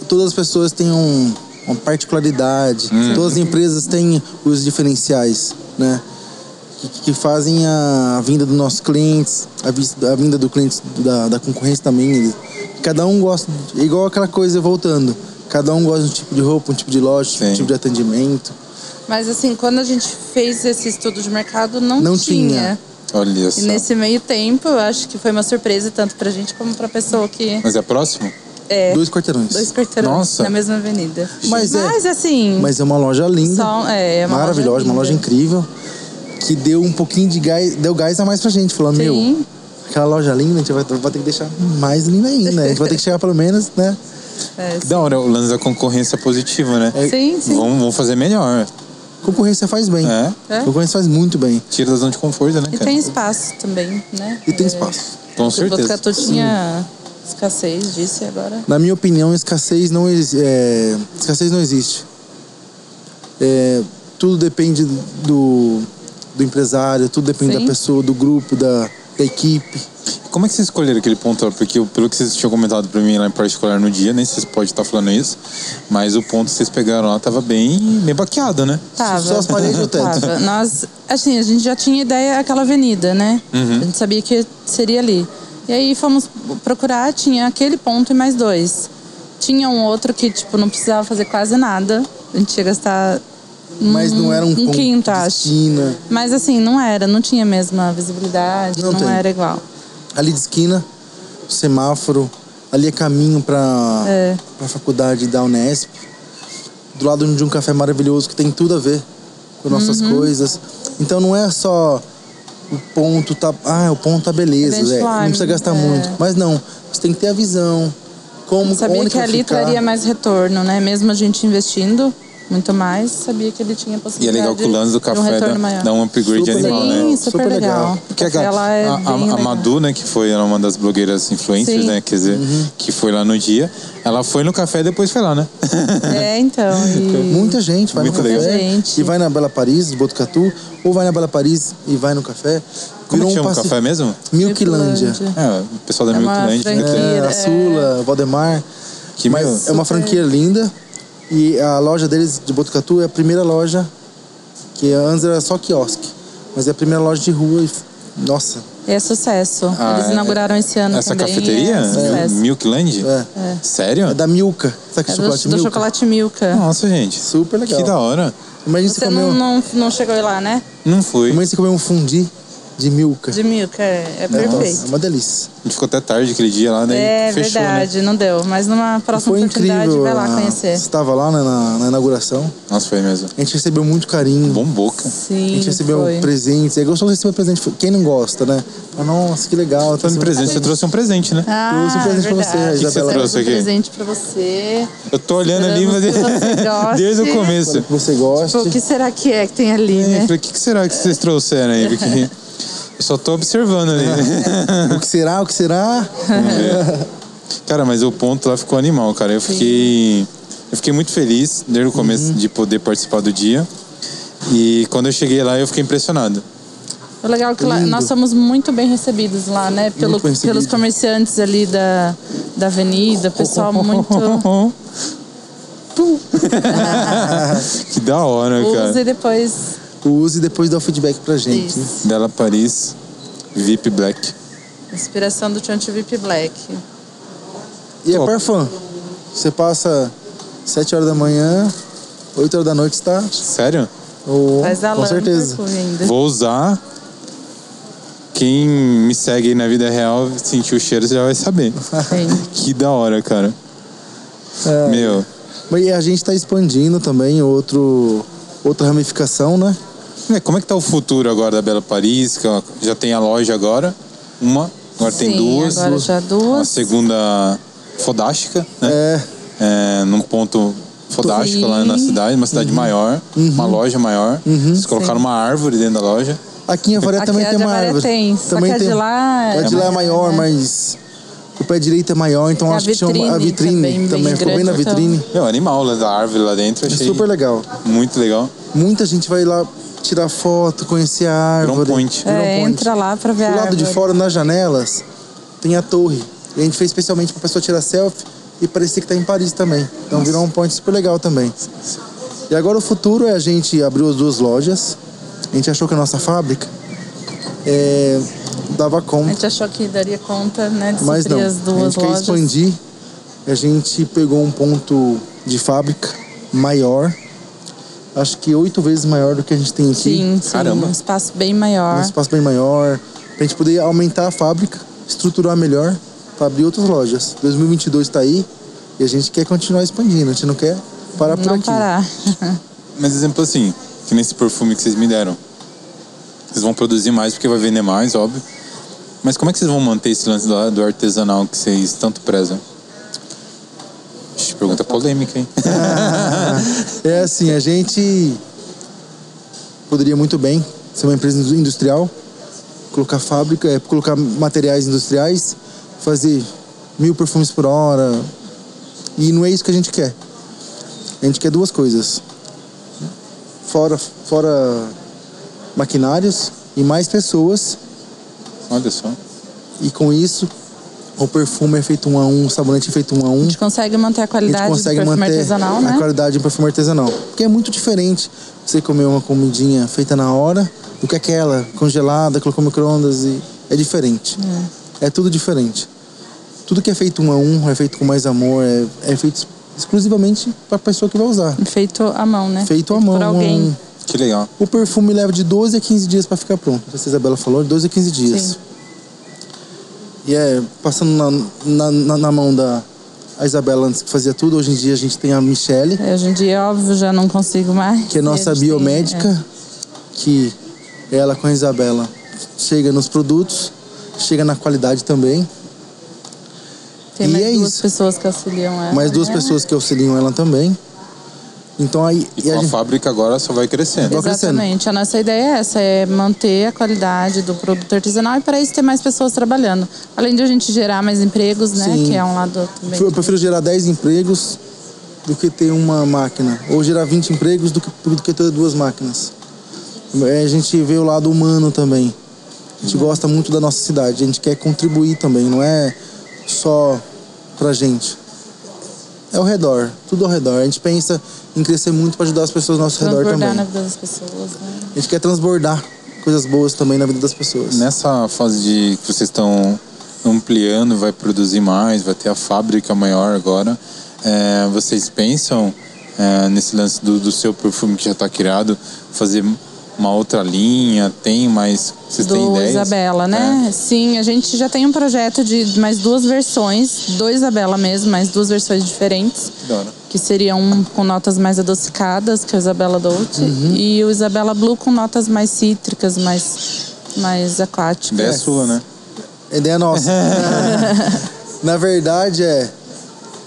S2: Todas as pessoas têm um- uma particularidade, todas as empresas têm os diferenciais, né? Que, que fazem a, a vinda dos nossos clientes, a, vis- a vinda do cliente da, da concorrência também. eles- cada um gosta, é igual aquela coisa voltando. Cada um gosta de um tipo de roupa, um tipo de loja,
S1: Sim.
S2: um tipo de atendimento.
S3: Mas assim, quando a gente fez esse estudo de mercado, não,
S2: Não tinha.
S3: tinha.
S1: Olha só.
S3: E nesse meio tempo, eu acho que foi uma surpresa tanto pra gente como pra pessoa que
S1: Mas é próximo?
S3: é
S2: Dois quarteirões.
S3: dois quarteirões
S1: Nossa.
S3: na mesma avenida.
S2: Mas é-
S3: assim,
S2: Mas é uma loja linda.
S3: só- é, é uma
S2: maravilhosa, uma loja
S3: linda.
S2: incrível. Que deu um pouquinho de gás, deu gás a mais pra gente, falando, meu,
S3: Sim.
S2: aquela loja linda, a gente vai, vai ter que deixar mais linda ainda. né? A gente vai ter que chegar pelo menos, né?
S3: É,
S1: Que da hora, o lance da concorrência positiva, né?
S2: É,
S3: Sim, sim.
S1: Vamos, vamos fazer melhor.
S2: Concorrência faz bem.
S1: É.
S3: É.
S2: Concorrência faz muito bem.
S1: Tira da zona de conforto, né,
S3: E
S1: cara?
S3: tem espaço também, né?
S2: E tem
S3: É,
S2: espaço.
S1: Com
S3: se o
S1: certeza.
S3: Botucatu tinha escassez disso e agora.
S2: Na minha opinião, escassez não, ex- é, escassez não existe. É, tudo depende do, do empresário, tudo depende
S3: Sim.
S2: da pessoa, do grupo, da, da equipe.
S1: Como é que vocês escolheram aquele ponto? lá? Porque eu- pelo que vocês tinham comentado pra mim lá em particular no dia, nem vocês podem estar tá falando isso, mas o ponto que vocês pegaram lá tava bem, bem baqueado, né?
S3: Tava.
S2: Só as paredes e o teto.
S3: Tava. Nós, assim, a gente já tinha ideia daquela avenida, né?
S2: Uhum.
S3: A gente sabia que seria ali. E aí fomos procurar, tinha aquele ponto e mais dois. Tinha um outro que, tipo, não precisava fazer quase nada. A gente ia gastar.
S2: Mas não era um,
S3: um
S2: ponto
S3: quinto,
S2: de
S3: acho.
S2: esquina.
S3: Mas assim, não era, não tinha a mesma visibilidade,
S2: Não
S3: não,
S2: tem.
S3: era igual.
S2: ali de esquina, semáforo, ali é caminho pra
S3: É.
S2: pra faculdade da Unesp, do lado de um café maravilhoso que tem tudo a ver com nossas
S3: Uhum.
S2: coisas. Então não é só o ponto tá, ah, o ponto tá beleza,
S3: É
S2: Zé, não precisa
S3: benchmark,
S2: gastar
S3: é.
S2: muito, mas não, você tem que ter a visão, como
S3: sabia
S2: onde
S3: que
S2: vai
S3: ali
S2: ficar.
S3: traria mais retorno, né? Mesmo a gente investindo muito mais, sabia que ele tinha
S1: E é
S3: possibilidade
S1: legal que o lance do
S3: de um
S1: café dá,
S3: retorno maior.
S1: dá um upgrade
S2: Super
S1: animal,
S2: legal.
S1: né?
S3: Sim,
S2: Super
S3: super, legal.
S2: legal.
S1: Porque a,
S3: O café
S1: gal-
S3: lá é
S1: a- a-
S3: bem
S1: a
S3: legal.
S1: Madu, né, que foi ela, uma das blogueiras influencers,
S3: Sim. Uhum.
S1: né? Quer dizer, que foi lá no dia, ela foi no café e depois foi lá, né? [LAUGHS]
S3: É, então. e-
S2: Muita gente vai
S1: Muito
S2: no café
S3: legal. Gente.
S2: e vai na Bela Paris, de Botucatu, ou vai na Bela Paris e vai no café.
S1: Como é
S2: Virou
S1: que
S2: um
S1: chama o
S2: passe-
S1: café mesmo?
S2: Milquilândia.
S3: Milquilândia.
S1: É, o pessoal da
S3: É uma
S1: Milkland, né?
S3: franquia.
S2: É, a
S3: É.
S2: Sula, Valdemar.
S1: Que
S2: Mas
S1: meu-
S2: é uma
S3: Super.
S2: franquia linda. E a loja deles de Botucatu é a primeira loja, que antes era só quiosque. Mas é a primeira loja de rua. e f- Nossa,
S3: É sucesso.
S1: Ah,
S3: Eles
S1: é-
S3: inauguraram esse ano
S1: Essa
S3: também.
S1: cafeteria?
S3: É sucesso.
S1: Milkland?
S2: É.
S1: Sério?
S2: é da Milka. Sabe que
S3: É do,
S2: chocolate
S3: do
S2: Milka?
S3: chocolate Milka.
S1: Nossa, gente.
S2: Super legal.
S1: Que da hora.
S2: Imagina você
S3: Você
S2: comer,
S3: não,
S2: um-
S3: não, não chegou aí lá, né?
S1: Não fui.
S2: imagina você comer um fundi de Milka.
S3: De Milka, é, é
S2: Nossa,
S3: perfeito.
S2: é uma delícia.
S1: A gente ficou até tarde aquele dia lá, né?
S3: É
S1: E fechou, né?
S3: verdade, não deu. Mas numa próxima
S2: Foi
S3: oportunidade,
S2: incrível.
S3: vai lá
S2: a-
S3: conhecer.
S2: Você estava lá né, na, na inauguração.
S1: Nossa, foi mesmo.
S2: A gente recebeu muito carinho.
S1: Bom boca.
S2: a
S3: Sim,
S2: gente recebeu
S3: foi.
S2: presentes. É gostoso receber presente. Quem não gosta, né? Ah, Nossa, que legal. tá
S1: Falando em
S2: sendo-
S1: presente, você trouxe um presente,
S3: [LAUGHS]
S1: né?
S3: Ah,
S2: trouxe um presente pra
S3: verdade.
S2: você,
S1: O que você
S2: Isabela.
S1: trouxe
S3: Um
S1: aqui?
S3: presente pra você.
S1: Eu tô olhando ali, mas [LAUGHS]
S3: Esperamos que você goste.
S1: desde o começo.
S2: Espero que você gosta.
S3: Pô, o que será que é que tem ali,
S1: Eu
S3: né?
S1: falei, o que que será que vocês trouxeram aí?
S3: [LAUGHS]
S1: Porque eu só tô observando ali.
S2: [LAUGHS]
S1: né?
S2: O que será? O que será?
S1: Vamos ver. [LAUGHS] Cara, mas o ponto lá ficou animal, cara. Eu fiquei. Eu fiquei muito feliz desde o começo de poder participar do dia. E quando eu cheguei lá, eu fiquei impressionado.
S3: O legal é que lá,
S2: Lindo.
S3: nós somos muito bem recebidos lá, né? Pelo-
S2: Muito bem recebido.
S3: pelos comerciantes ali da, da avenida, o
S2: [LAUGHS]
S3: pessoal muito
S1: Pum. [LAUGHS] que da hora,
S3: usa
S1: cara.
S3: e depois
S2: O use e depois dá o feedback pra gente. né?
S3: Isso.
S1: Bela Paris, VIP Black.
S3: inspiração do Chanty VIP Black.
S2: E é
S1: Top.
S2: parfum. Você passa 7 horas da manhã, 8 horas da noite está.
S1: Sério?
S2: Oh,
S3: Mas a
S2: com
S3: lã
S2: certeza.
S3: ainda.
S1: Vou usar. Quem me segue aí na vida real, sentir o cheiro, você já vai saber.
S3: Sim.
S1: Que da hora, cara.
S2: É.
S1: Meu,
S2: Mas e a gente está expandindo também outro, outra ramificação, né?
S1: né, como é que tá o futuro agora da Bela Paris? Que ó, já tem a loja agora, uma, agora tem
S3: Sim,
S1: duas.
S3: agora já
S1: A
S3: duas.
S1: segunda fodástica, né?
S2: É,
S1: é, num ponto fodástico
S3: Sim. Uhum.
S1: lá na cidade, uma cidade maior, uma loja maior. Eles colocaram uma árvore dentro da loja.
S2: aqui em Avaré
S3: Aqui
S2: também
S3: a
S2: tem
S3: de
S2: uma
S3: Avaré
S2: árvore.
S3: tem, só
S2: também
S3: que a de lá
S2: A de
S3: é
S2: lá é
S3: maior,
S2: maior,
S3: né?
S2: mas o pé direito é maior, então
S3: A
S2: acho que chama a
S3: vitrine
S2: vitrine
S3: também,
S2: também.
S3: bem
S2: Ficou bem na
S3: grande, então.
S2: vitrine.
S1: Meu, É um animal lá da árvore lá dentro,
S2: É
S1: achei
S2: super legal.
S1: muito legal.
S2: Muita gente vai lá tirar foto, conhecer a
S1: Drone
S2: árvore.
S1: Point.
S2: Virou
S3: É,
S2: ponte.
S3: entra lá pra ver a
S2: Do lado de
S3: árvore.
S2: fora, nas janelas, tem a torre. E a gente fez especialmente pra pessoa tirar selfie e parecia que tá em Paris também. Então virou um ponto super legal também. E agora o futuro é a gente abriu as duas lojas. A gente achou que a nossa fábrica é, dava
S3: A
S2: conta,
S3: gente achou que daria conta, né, de
S2: mas não.
S3: suprir as
S2: a
S3: duas
S2: gente quer
S3: lojas.
S2: expandir. A gente pegou um ponto de fábrica maior. Acho que oito vezes maior do que a gente tem aqui.
S3: Sim, sim,
S1: Caramba.
S3: um espaço bem maior.
S2: um espaço bem maior, pra gente poder aumentar a fábrica, estruturar melhor, pra abrir outras lojas. 2022 tá aí e a gente quer continuar expandindo, a gente não quer parar por
S3: não
S2: aqui.
S3: parar.
S1: Mas exemplo assim, que nesse perfume que vocês me deram. Vocês vão produzir mais porque vai vender mais, óbvio. Mas como é que vocês vão manter esse lance do, do artesanal que vocês tanto prezam? Ixi, Pergunta polêmica, hein? [LAUGHS]
S2: É assim, a gente poderia muito bem ser uma empresa industrial, colocar fábrica, é, colocar materiais industriais, fazer mil perfumes por hora. E não é isso que a gente quer. A gente quer duas coisas. Fora, fora maquinários e mais pessoas
S1: Olha só.
S2: E com isso, o perfume é feito um a um, o sabonete é feito um a um.
S3: A gente consegue manter a
S2: A gente
S3: qualidade
S2: consegue
S3: do perfume
S2: manter
S3: artesanal,
S2: a
S3: né?
S2: qualidade do perfume artesanal. Porque é muito diferente você comer uma comidinha feita na hora do que aquela congelada, colocou no micro-ondas e... É diferente. É. tudo diferente. Tudo que é feito um a um, é feito com mais amor, é, é feito exclusivamente para a pessoa que vai usar.
S3: Feito à mão, né?
S2: Feito à mão.
S3: Por
S2: um a um.
S3: alguém.
S1: Que legal.
S2: O perfume leva de 12 a 15 dias para ficar pronto. Não sei se A Isabela falou, de 12 a 15 dias.
S3: Sim.
S2: E é, passando na, na, na, na mão da a Isabela antes que fazia tudo, hoje em dia a gente tem a Michelle,
S3: É, Hoje em dia, óbvio, já não consigo mais.
S2: que é
S3: E
S2: nossa
S3: a gente tem-
S2: biomédica, que é ela com a Isabela chega nos produtos, chega na qualidade também.
S3: é, Tem
S2: E
S3: mais
S2: é
S3: duas
S2: isso.
S3: pessoas que auxiliam ela.
S2: mais duas
S3: né?
S2: pessoas que auxiliam ela também. Então aí.
S1: E
S2: e
S1: com
S2: a
S1: a
S2: gente-
S1: fábrica agora só vai crescendo.
S2: Exato. crescendo.
S3: Exatamente. A nossa ideia é essa, é manter a qualidade do produto artesanal e para isso ter mais pessoas trabalhando. Além de a gente gerar mais empregos, né?
S2: Sim.
S3: Que é um lado também.
S2: Eu prefiro gerar 10 empregos do que ter uma máquina. Ou gerar 20 empregos do que, do que ter duas máquinas. É, A gente vê o lado humano também. A gente gosta muito da nossa cidade. A gente quer contribuir também. Não é só pra gente. É ao redor. Tudo ao redor. A gente pensa em crescer muito pra ajudar as pessoas ao nosso redor
S3: Transbordar
S2: também.
S3: na vida das pessoas, né?
S2: A gente quer transbordar coisas boas também na vida das pessoas.
S1: Nessa fase de que vocês estão ampliando, vai produzir mais, vai ter a fábrica maior agora, é, vocês pensam é, nesse lance do, do seu perfume que já está criado, fazer uma outra linha? Tem mais? Vocês têm
S3: Do
S1: ideias? Tá.
S3: Isabela, né? Sim, a gente já tem um projeto de mais duas versões, do Isabela mesmo, mais duas versões diferentes.
S1: É, que da hora.
S3: que seria um com notas mais adocicadas, que é o Isabela Dolce,
S1: Uhum.
S3: e o Isabela Blue com notas mais cítricas, mais, mais aquáticas.
S2: É.
S1: Ideia sua, né?
S2: A ideia é nossa. [LAUGHS] na verdade é.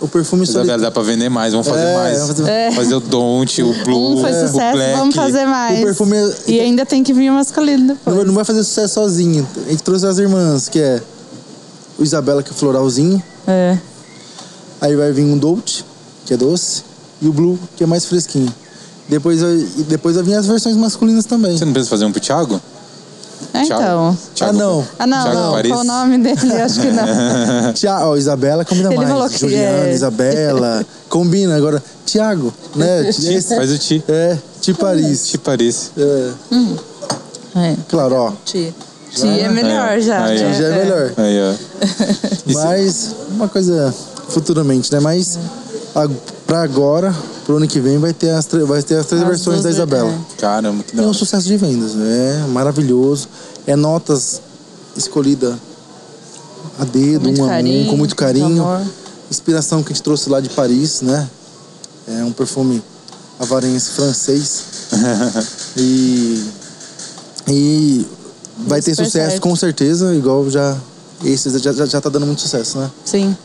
S2: O perfume solitário.
S1: Isabela, dá pra vender mais, vamos fazer
S2: É,
S1: mais.
S2: vamos fazer-
S3: É.
S1: Fazer o Don't, o Blue,
S3: Um foi
S1: o
S3: sucesso,
S1: Black.
S3: vamos fazer mais.
S2: O perfume é-
S3: E ainda tem que vir o masculino
S2: Não
S3: depois.
S2: vai- não vai fazer sucesso sozinho. A gente trouxe as irmãs, que é o Isabela, que é floralzinho.
S3: É.
S2: Aí vai vir um Dolce, que é doce. E o Blue, que é mais fresquinho. Depois, vai- e depois vai vir as versões masculinas também.
S1: Você não pensa em fazer um pro Thiago?
S3: É, então.
S1: Thiago-
S2: Ah, não.
S3: Ah, não,
S1: Thiago
S3: não.
S1: Paris?
S3: Qual o nome dele? Acho que
S1: [LAUGHS]
S3: não.
S1: né?
S2: Tiago, ó, Isabela combina
S3: Ele
S2: mais.
S3: falou que
S2: Juliana,
S3: é. [LAUGHS]
S2: Isabela. Combina. Agora, Tiago, né?
S1: Ti, faz o Ti.
S2: É, Ti Paris.
S1: Ti Paris.
S2: É,
S3: É.
S2: claro, ó.
S3: Ti. Ti é melhor
S1: Aí,
S3: já.
S1: ó.
S3: né?
S2: Já é melhor.
S1: Aí, ó. Isso-
S2: Mas uma coisa futuramente, né? Mas a, pra agora, pro ano que vem, vai ter as, tre- vai ter as três
S3: As
S2: versões da
S3: duas-
S2: Isabela.
S3: é.
S1: Caramba, que
S2: E
S1: da
S2: é um
S1: hora.
S2: sucesso de vendas, é maravilhoso. É notas escolhida a dedo,
S3: Muito
S2: um a
S3: carinho,
S2: um, com muito carinho.
S3: amor.
S2: Inspiração que a gente trouxe lá de Paris, né? É um perfume avarense
S3: [LAUGHS]
S2: francês. e. E vai ter
S3: Super
S2: sucesso
S3: certo.
S2: com certeza, igual já. Esse já, já, já tá dando muito sucesso, né?
S3: Sim,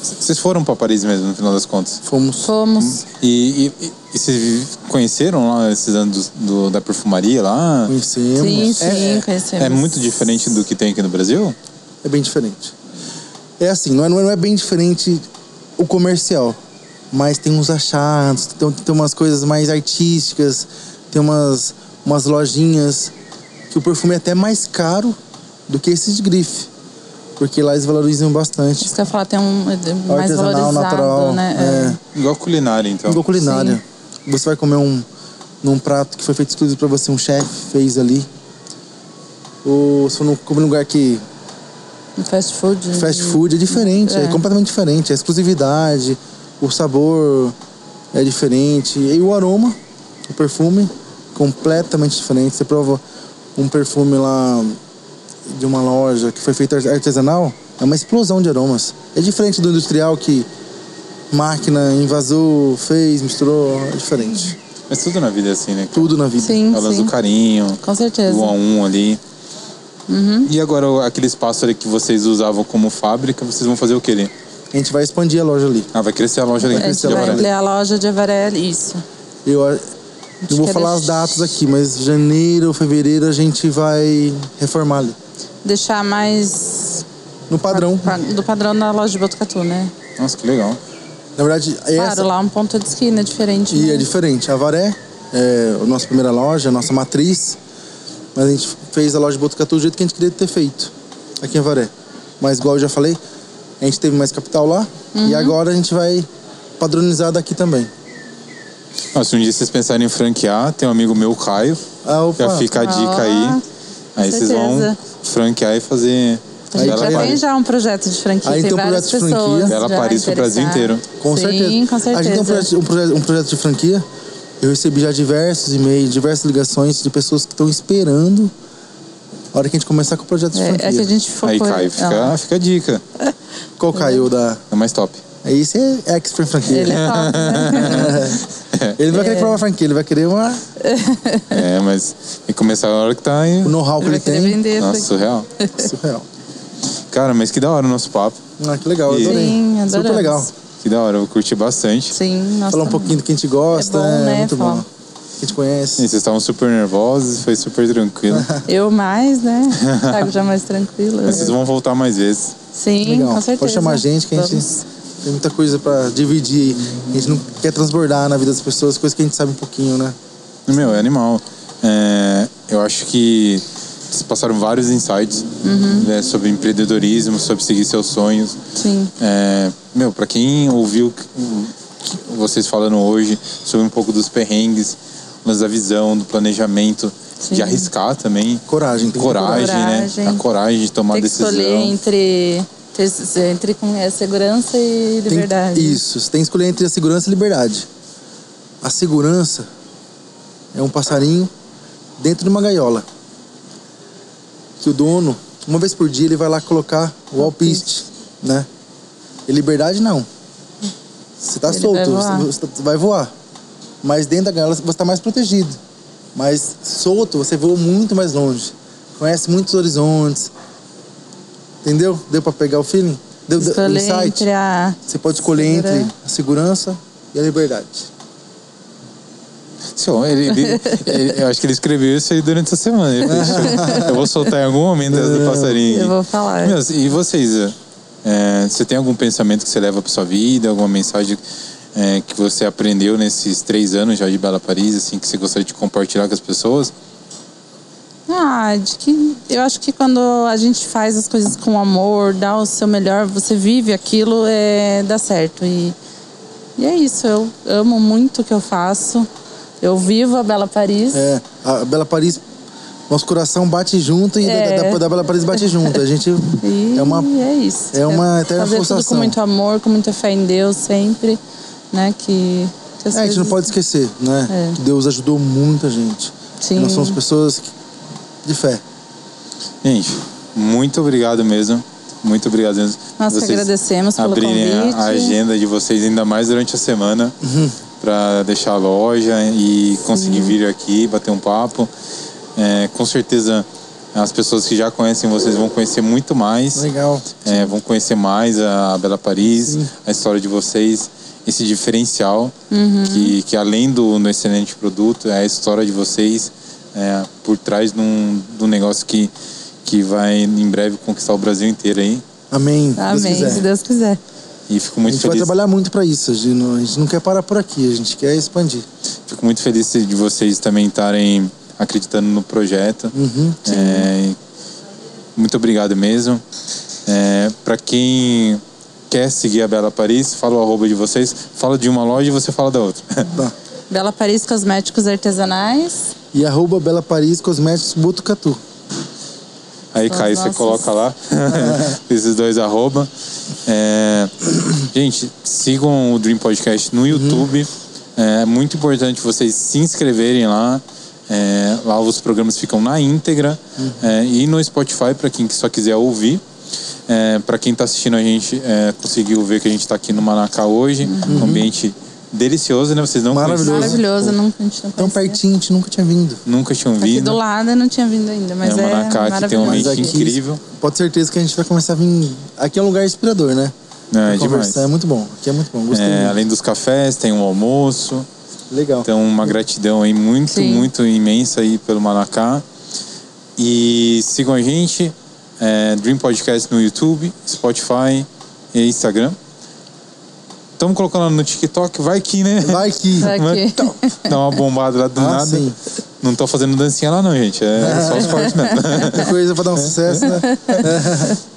S1: Vocês foram pra Paris mesmo, no final das contas?
S2: Fomos.
S3: fomos.
S1: E, e, e- e vocês conheceram lá esses anos do, do- da perfumaria lá?
S2: Conhecemos.
S3: Sim, sim,
S1: É-
S3: conhecemos.
S1: É muito diferente do que tem aqui no Brasil?
S2: É bem diferente. É assim, não é, não é- não é bem diferente o comercial, mas tem uns achados, tem, tem umas coisas mais artísticas, tem umas, umas lojinhas que o perfume é até mais caro do que esse de grife, porque lá eles valorizam bastante.
S3: Isso que eu ia falar, tem um é de- mais
S2: Artesanal,
S3: valorizado,
S2: natural.
S3: né?
S2: é.
S1: Igual culinária, então.
S2: Igual culinária. Você vai comer um num prato que foi feito exclusivo pra você, um chefe fez ali. Ou se for num, comer num lugar que
S3: Um Fast food.
S2: fast food é diferente, é,
S3: É.
S2: completamente diferente. A exclusividade, o sabor é diferente. E o aroma, o perfume, completamente diferente. Você prova um perfume lá de uma loja que foi feito ar- artesanal, é uma explosão de aromas. É diferente do industrial que máquina invasou, fez, misturou, é diferente.
S1: Mas tudo na vida é assim, né?
S2: Tudo na vida.
S3: Sim,
S1: Elas
S3: sim.
S1: do carinho,
S3: Com certeza. Uhum.
S1: do a um ali. E agora o- aquele espaço ali que vocês usavam como fábrica, vocês vão fazer o que ali?
S2: A gente vai expandir a loja ali.
S1: Ah, vai crescer a loja ali.
S3: É,
S1: de
S3: de vai
S1: agora. né?
S3: ampliar a loja de Avaré, isso.
S2: Eu, a- não vou
S3: que é
S2: falar
S3: da-
S2: as datas aqui, mas janeiro, fevereiro a gente vai reformar ali.
S3: Deixar mais
S2: No padrão.
S3: pa- do padrão da loja de Botucatu, né?
S1: Nossa, que legal.
S2: Na verdade, é
S3: Claro,
S2: essa.
S3: lá é um ponto de esquina diferente.
S2: E
S3: né?
S2: é diferente. A Varé é a nossa primeira loja, a nossa matriz. Mas a gente fez a loja de Botucatu do jeito que a gente queria ter feito. Aqui em Avaré. Mas igual eu já falei, a gente teve mais capital lá.
S3: Uhum.
S2: E agora a gente vai padronizar daqui também.
S1: Nossa, se um dia vocês pensarem em franquear, tem um amigo meu, Caio,
S2: Ah, opa.
S1: já fica a dica
S3: Ah,
S1: aí. Aí vocês vão
S3: certeza.
S1: franquear e fazer.
S3: A gente
S1: Bela
S3: já tem
S1: Paris.
S3: já um projeto de franquia,
S2: Aí
S3: tem
S2: tem um
S3: várias
S2: projeto de franquia.
S3: pessoas.
S1: Bela
S3: já
S1: Paris pro Brasil
S3: interessadas.
S1: inteiro.
S2: Com
S3: Sim,
S2: certeza.
S3: com certeza.
S2: A gente tem um projeto, um projeto, um projeto de franquia. Eu recebi já diversos e-mails, diversas ligações de pessoas que estão esperando a hora que a gente começar com o projeto de
S3: É,
S2: franquia.
S3: é que a gente focou.
S1: Aí, Caio, fica, fica a dica.
S2: Qual caiu da.
S1: É mais top.
S2: Aí você é expert em franquia.
S3: Ele é top,
S2: [LAUGHS]
S3: né?
S2: Ele não vai querer provar a franquia, ele vai querer uma,
S1: é, mas tem que começar a hora que tá aí.
S2: o um know-how que
S3: Ele
S2: ele
S3: vai querer
S2: tem.
S3: vender.
S1: Nossa,
S3: essa- [LAUGHS]
S1: surreal.
S2: Surreal.
S1: Cara, mas que da hora o nosso papo.
S2: Ah, que legal,
S1: E-
S2: adorei.
S3: Sim,
S2: Super
S3: adoramos.
S2: legal.
S1: Que da hora, eu curti bastante.
S3: Sim, nossa.
S2: Falar um pouquinho do que a gente gosta,
S3: É bom, né,
S2: muito bom.
S3: falar.
S2: Que a gente
S1: E
S2: conhece.
S1: vocês estavam super nervosos, foi super
S3: [LAUGHS]
S1: tranquilo.
S3: Eu mais,
S2: [LAUGHS]
S3: né? Thiago já mais tranquilo.
S1: Mas vocês vão voltar mais vezes.
S3: Sim,
S2: Legal.
S3: com certeza.
S2: Pode chamar a gente que a gente
S3: Vamos.
S2: tem muita coisa pra dividir. aí. A gente não quer transbordar na vida das pessoas, coisas que a gente sabe um pouquinho, né?
S1: Meu, é animal. É, eu acho que vocês passaram vários insights
S3: Uhum.
S1: né, sobre empreendedorismo, sobre seguir seus sonhos.
S3: Sim.
S1: É, meu, pra quem ouviu que- que vocês falando hoje sobre um pouco dos perrengues, mas da visão, do planejamento,
S3: Sim.
S1: de arriscar também.
S2: Coragem, tem que ter
S1: Coragem, né?
S3: Coragem.
S1: A coragem de tomar
S3: Tem que
S1: decisão.
S3: escolher entre, ter- entre com- é, segurança e
S2: Tem-
S3: liberdade. né?
S2: isso, você tem que escolher entre a segurança e a liberdade. A segurança é um passarinho dentro de uma gaiola. Que o dono, uma vez por dia, ele vai lá colocar o alpiste, né? E liberdade não. Você tá
S3: Ele
S2: solto,
S3: vai voar.
S2: você- você vai voar. Mas dentro da gaiola você tá mais protegido. Mas solto, você voa muito mais longe. Conhece muitos horizontes. Entendeu? Deu pra pegar o feeling? Deu, deu o
S3: Escolher
S2: insight?
S3: entre a.
S2: Você pode escolher
S3: Segurança.
S2: entre a segurança e a liberdade.
S1: Senhor, ele- ele- ele- eu acho que ele escreveu isso aí durante essa semana. Ele
S3: [LAUGHS]
S1: fez, eu vou soltar em algum momento essa do passarinho.
S3: Eu vou falar.
S1: Meu, e vocês? é, você tem algum pensamento que você leva para sua vida? Alguma mensagem é, que você aprendeu nesses três anos já de Bela Paris, assim, que você gostaria de compartilhar com as pessoas?
S3: Ah, de que eu acho que quando a gente faz as coisas com amor, dá o seu melhor, você vive aquilo, é, dá certo. E, e é isso, eu amo muito o que eu faço. Eu vivo a Bela Paris.
S2: É, a Bela Paris, nosso coração bate junto e da-
S3: É.
S2: da, da, da Bela Paris bate junto. A
S3: [LAUGHS]
S2: gente
S3: E
S2: é uma
S3: é isso.
S2: é uma eterna
S3: Fazer tudo com
S2: pulsação.
S3: muito amor, com muita fé em Deus sempre, né? Que, que as
S2: É, a gente não pode
S3: coisas-
S2: esquecer, né?
S3: É.
S2: Que Deus ajudou muita gente.
S3: Sim.
S2: Nós somos pessoas que- de fé.
S1: Gente, Muito obrigado mesmo. Muito obrigado mesmo.
S3: Nós que agradecemos pelo
S1: abrirem a-
S3: convite.
S1: a agenda de vocês, ainda mais durante a semana, para deixar a loja e conseguir vir aqui, bater um papo. É, com certeza, as pessoas que já conhecem vocês vão conhecer muito mais.
S2: Legal.
S1: É, vão conhecer mais a Bela Paris, a história de vocês, esse diferencial
S2: Uhum.
S1: que, que além do, do excelente produto é a história de vocês é, por trás de um, de um negócio que, que vai em breve conquistar o Brasil inteiro aí.
S2: Amém. se
S3: Amém,
S2: Deus
S3: se
S2: quiser.
S3: Deus quiser.
S1: E fico
S2: A
S1: muito
S2: gente vai
S1: feliz.
S2: trabalhar muito pra isso. A gente não- a gente não quer parar por aqui. A gente quer expandir.
S1: Fico muito feliz de vocês também estarem acreditando no projeto. É, muito obrigado mesmo. É, para quem quer seguir a Bela Paris, fala o arroba de vocês. Fala de uma loja e você fala da outra. [LAUGHS]
S2: Tá.
S3: Bela Paris Cosméticos Artesanais.
S2: E arroba Bela Paris Cosméticos Botucatu.
S1: Aí,
S3: São
S1: Caio,
S3: as
S1: você
S3: nossas.
S1: coloca lá [LAUGHS] esses dois arroba. É, [CLEARS THROAT] gente, sigam o Dream Podcast
S3: Uhum.
S1: no YouTube. É muito importante vocês se inscreverem lá. É, lá os programas ficam na íntegra
S3: Uhum.
S1: É, e no Spotify para quem só quiser ouvir. É, para quem está assistindo a gente é, conseguiu ver que a gente está aqui no Manacá hoje, um ambiente delicioso, né? Vocês não
S2: Maravilhoso.
S1: conheciam,
S3: Uhum. Maravilhoso, não, a gente não
S2: Tão
S3: conhecia.
S2: pertinho, a gente nunca tinha vido.
S1: nunca tinham
S3: Tá Aqui
S1: vindo.
S3: do lado eu não tinha vindo ainda, mas
S1: É,
S3: é,
S1: Manacá, que tem um
S3: maravilhoso.
S1: ambiente incrível.
S2: Pode ter certeza que a gente vai começar a vir. Aqui é um lugar inspirador, né?
S1: É,
S2: Pra
S1: demais.
S2: Conversar é muito bom. Aqui é muito bom. Gostei.
S1: É,
S2: muito.
S1: além dos cafés, tem um almoço.
S2: Legal.
S1: Então, uma gratidão aí muito,
S3: Sim.
S1: muito imensa aí pelo Manacá. E sigam a gente, é, Dream Podcast no YouTube, Spotify e Instagram. Estamos colocando no TikTok, vai que, né? [LAUGHS]
S2: Vai que.
S3: Vai que-
S1: Mas tá- Dá uma bombada lá do
S2: Ah,
S1: nada.
S2: sim.
S1: Não tô fazendo dancinha lá não, gente.
S2: [LAUGHS]
S1: É só os cortes mesmo. É.
S2: Tem coisa pra dar um sucesso, né?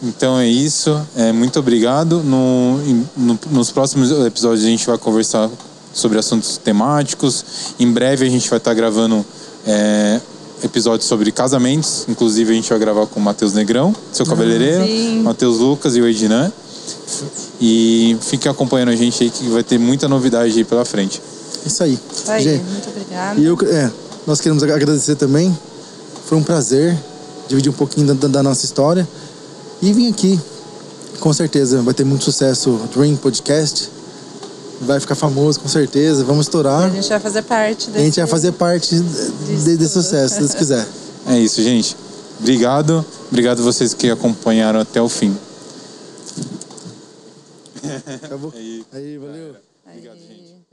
S1: Então é isso. É, muito obrigado. No- em- no- nos próximos episódios a gente vai conversar sobre assuntos temáticos. Em breve a gente vai estar gravando é, episódios sobre casamentos. Inclusive a gente vai gravar com o Matheus Negrão, seu cabeleireiro,
S3: sim.
S1: Matheus Lucas e o Ednan. E fiquem acompanhando a gente aí que vai ter muita novidade aí pela frente.
S2: Isso aí.
S3: Isso aí,
S2: Gente,
S3: muito obrigada.
S2: E eu, é, nós queremos ag- agradecer também. Foi um prazer dividir um pouquinho da- da, da nossa história. E vim aqui. Com certeza vai ter muito sucesso o Dream Podcast. Vai ficar famoso, com certeza. Vamos
S3: A
S2: estourar.
S3: gente vai fazer parte
S2: A
S3: desse...
S2: gente vai fazer parte de- de- desse sucesso, se Deus
S3: [LAUGHS]
S2: quiser.
S1: É isso, gente. Obrigado. Obrigado vocês que acompanharam até o fim.
S2: Acabou.
S1: Aí,
S2: Aí, valeu.
S1: obrigado, gente.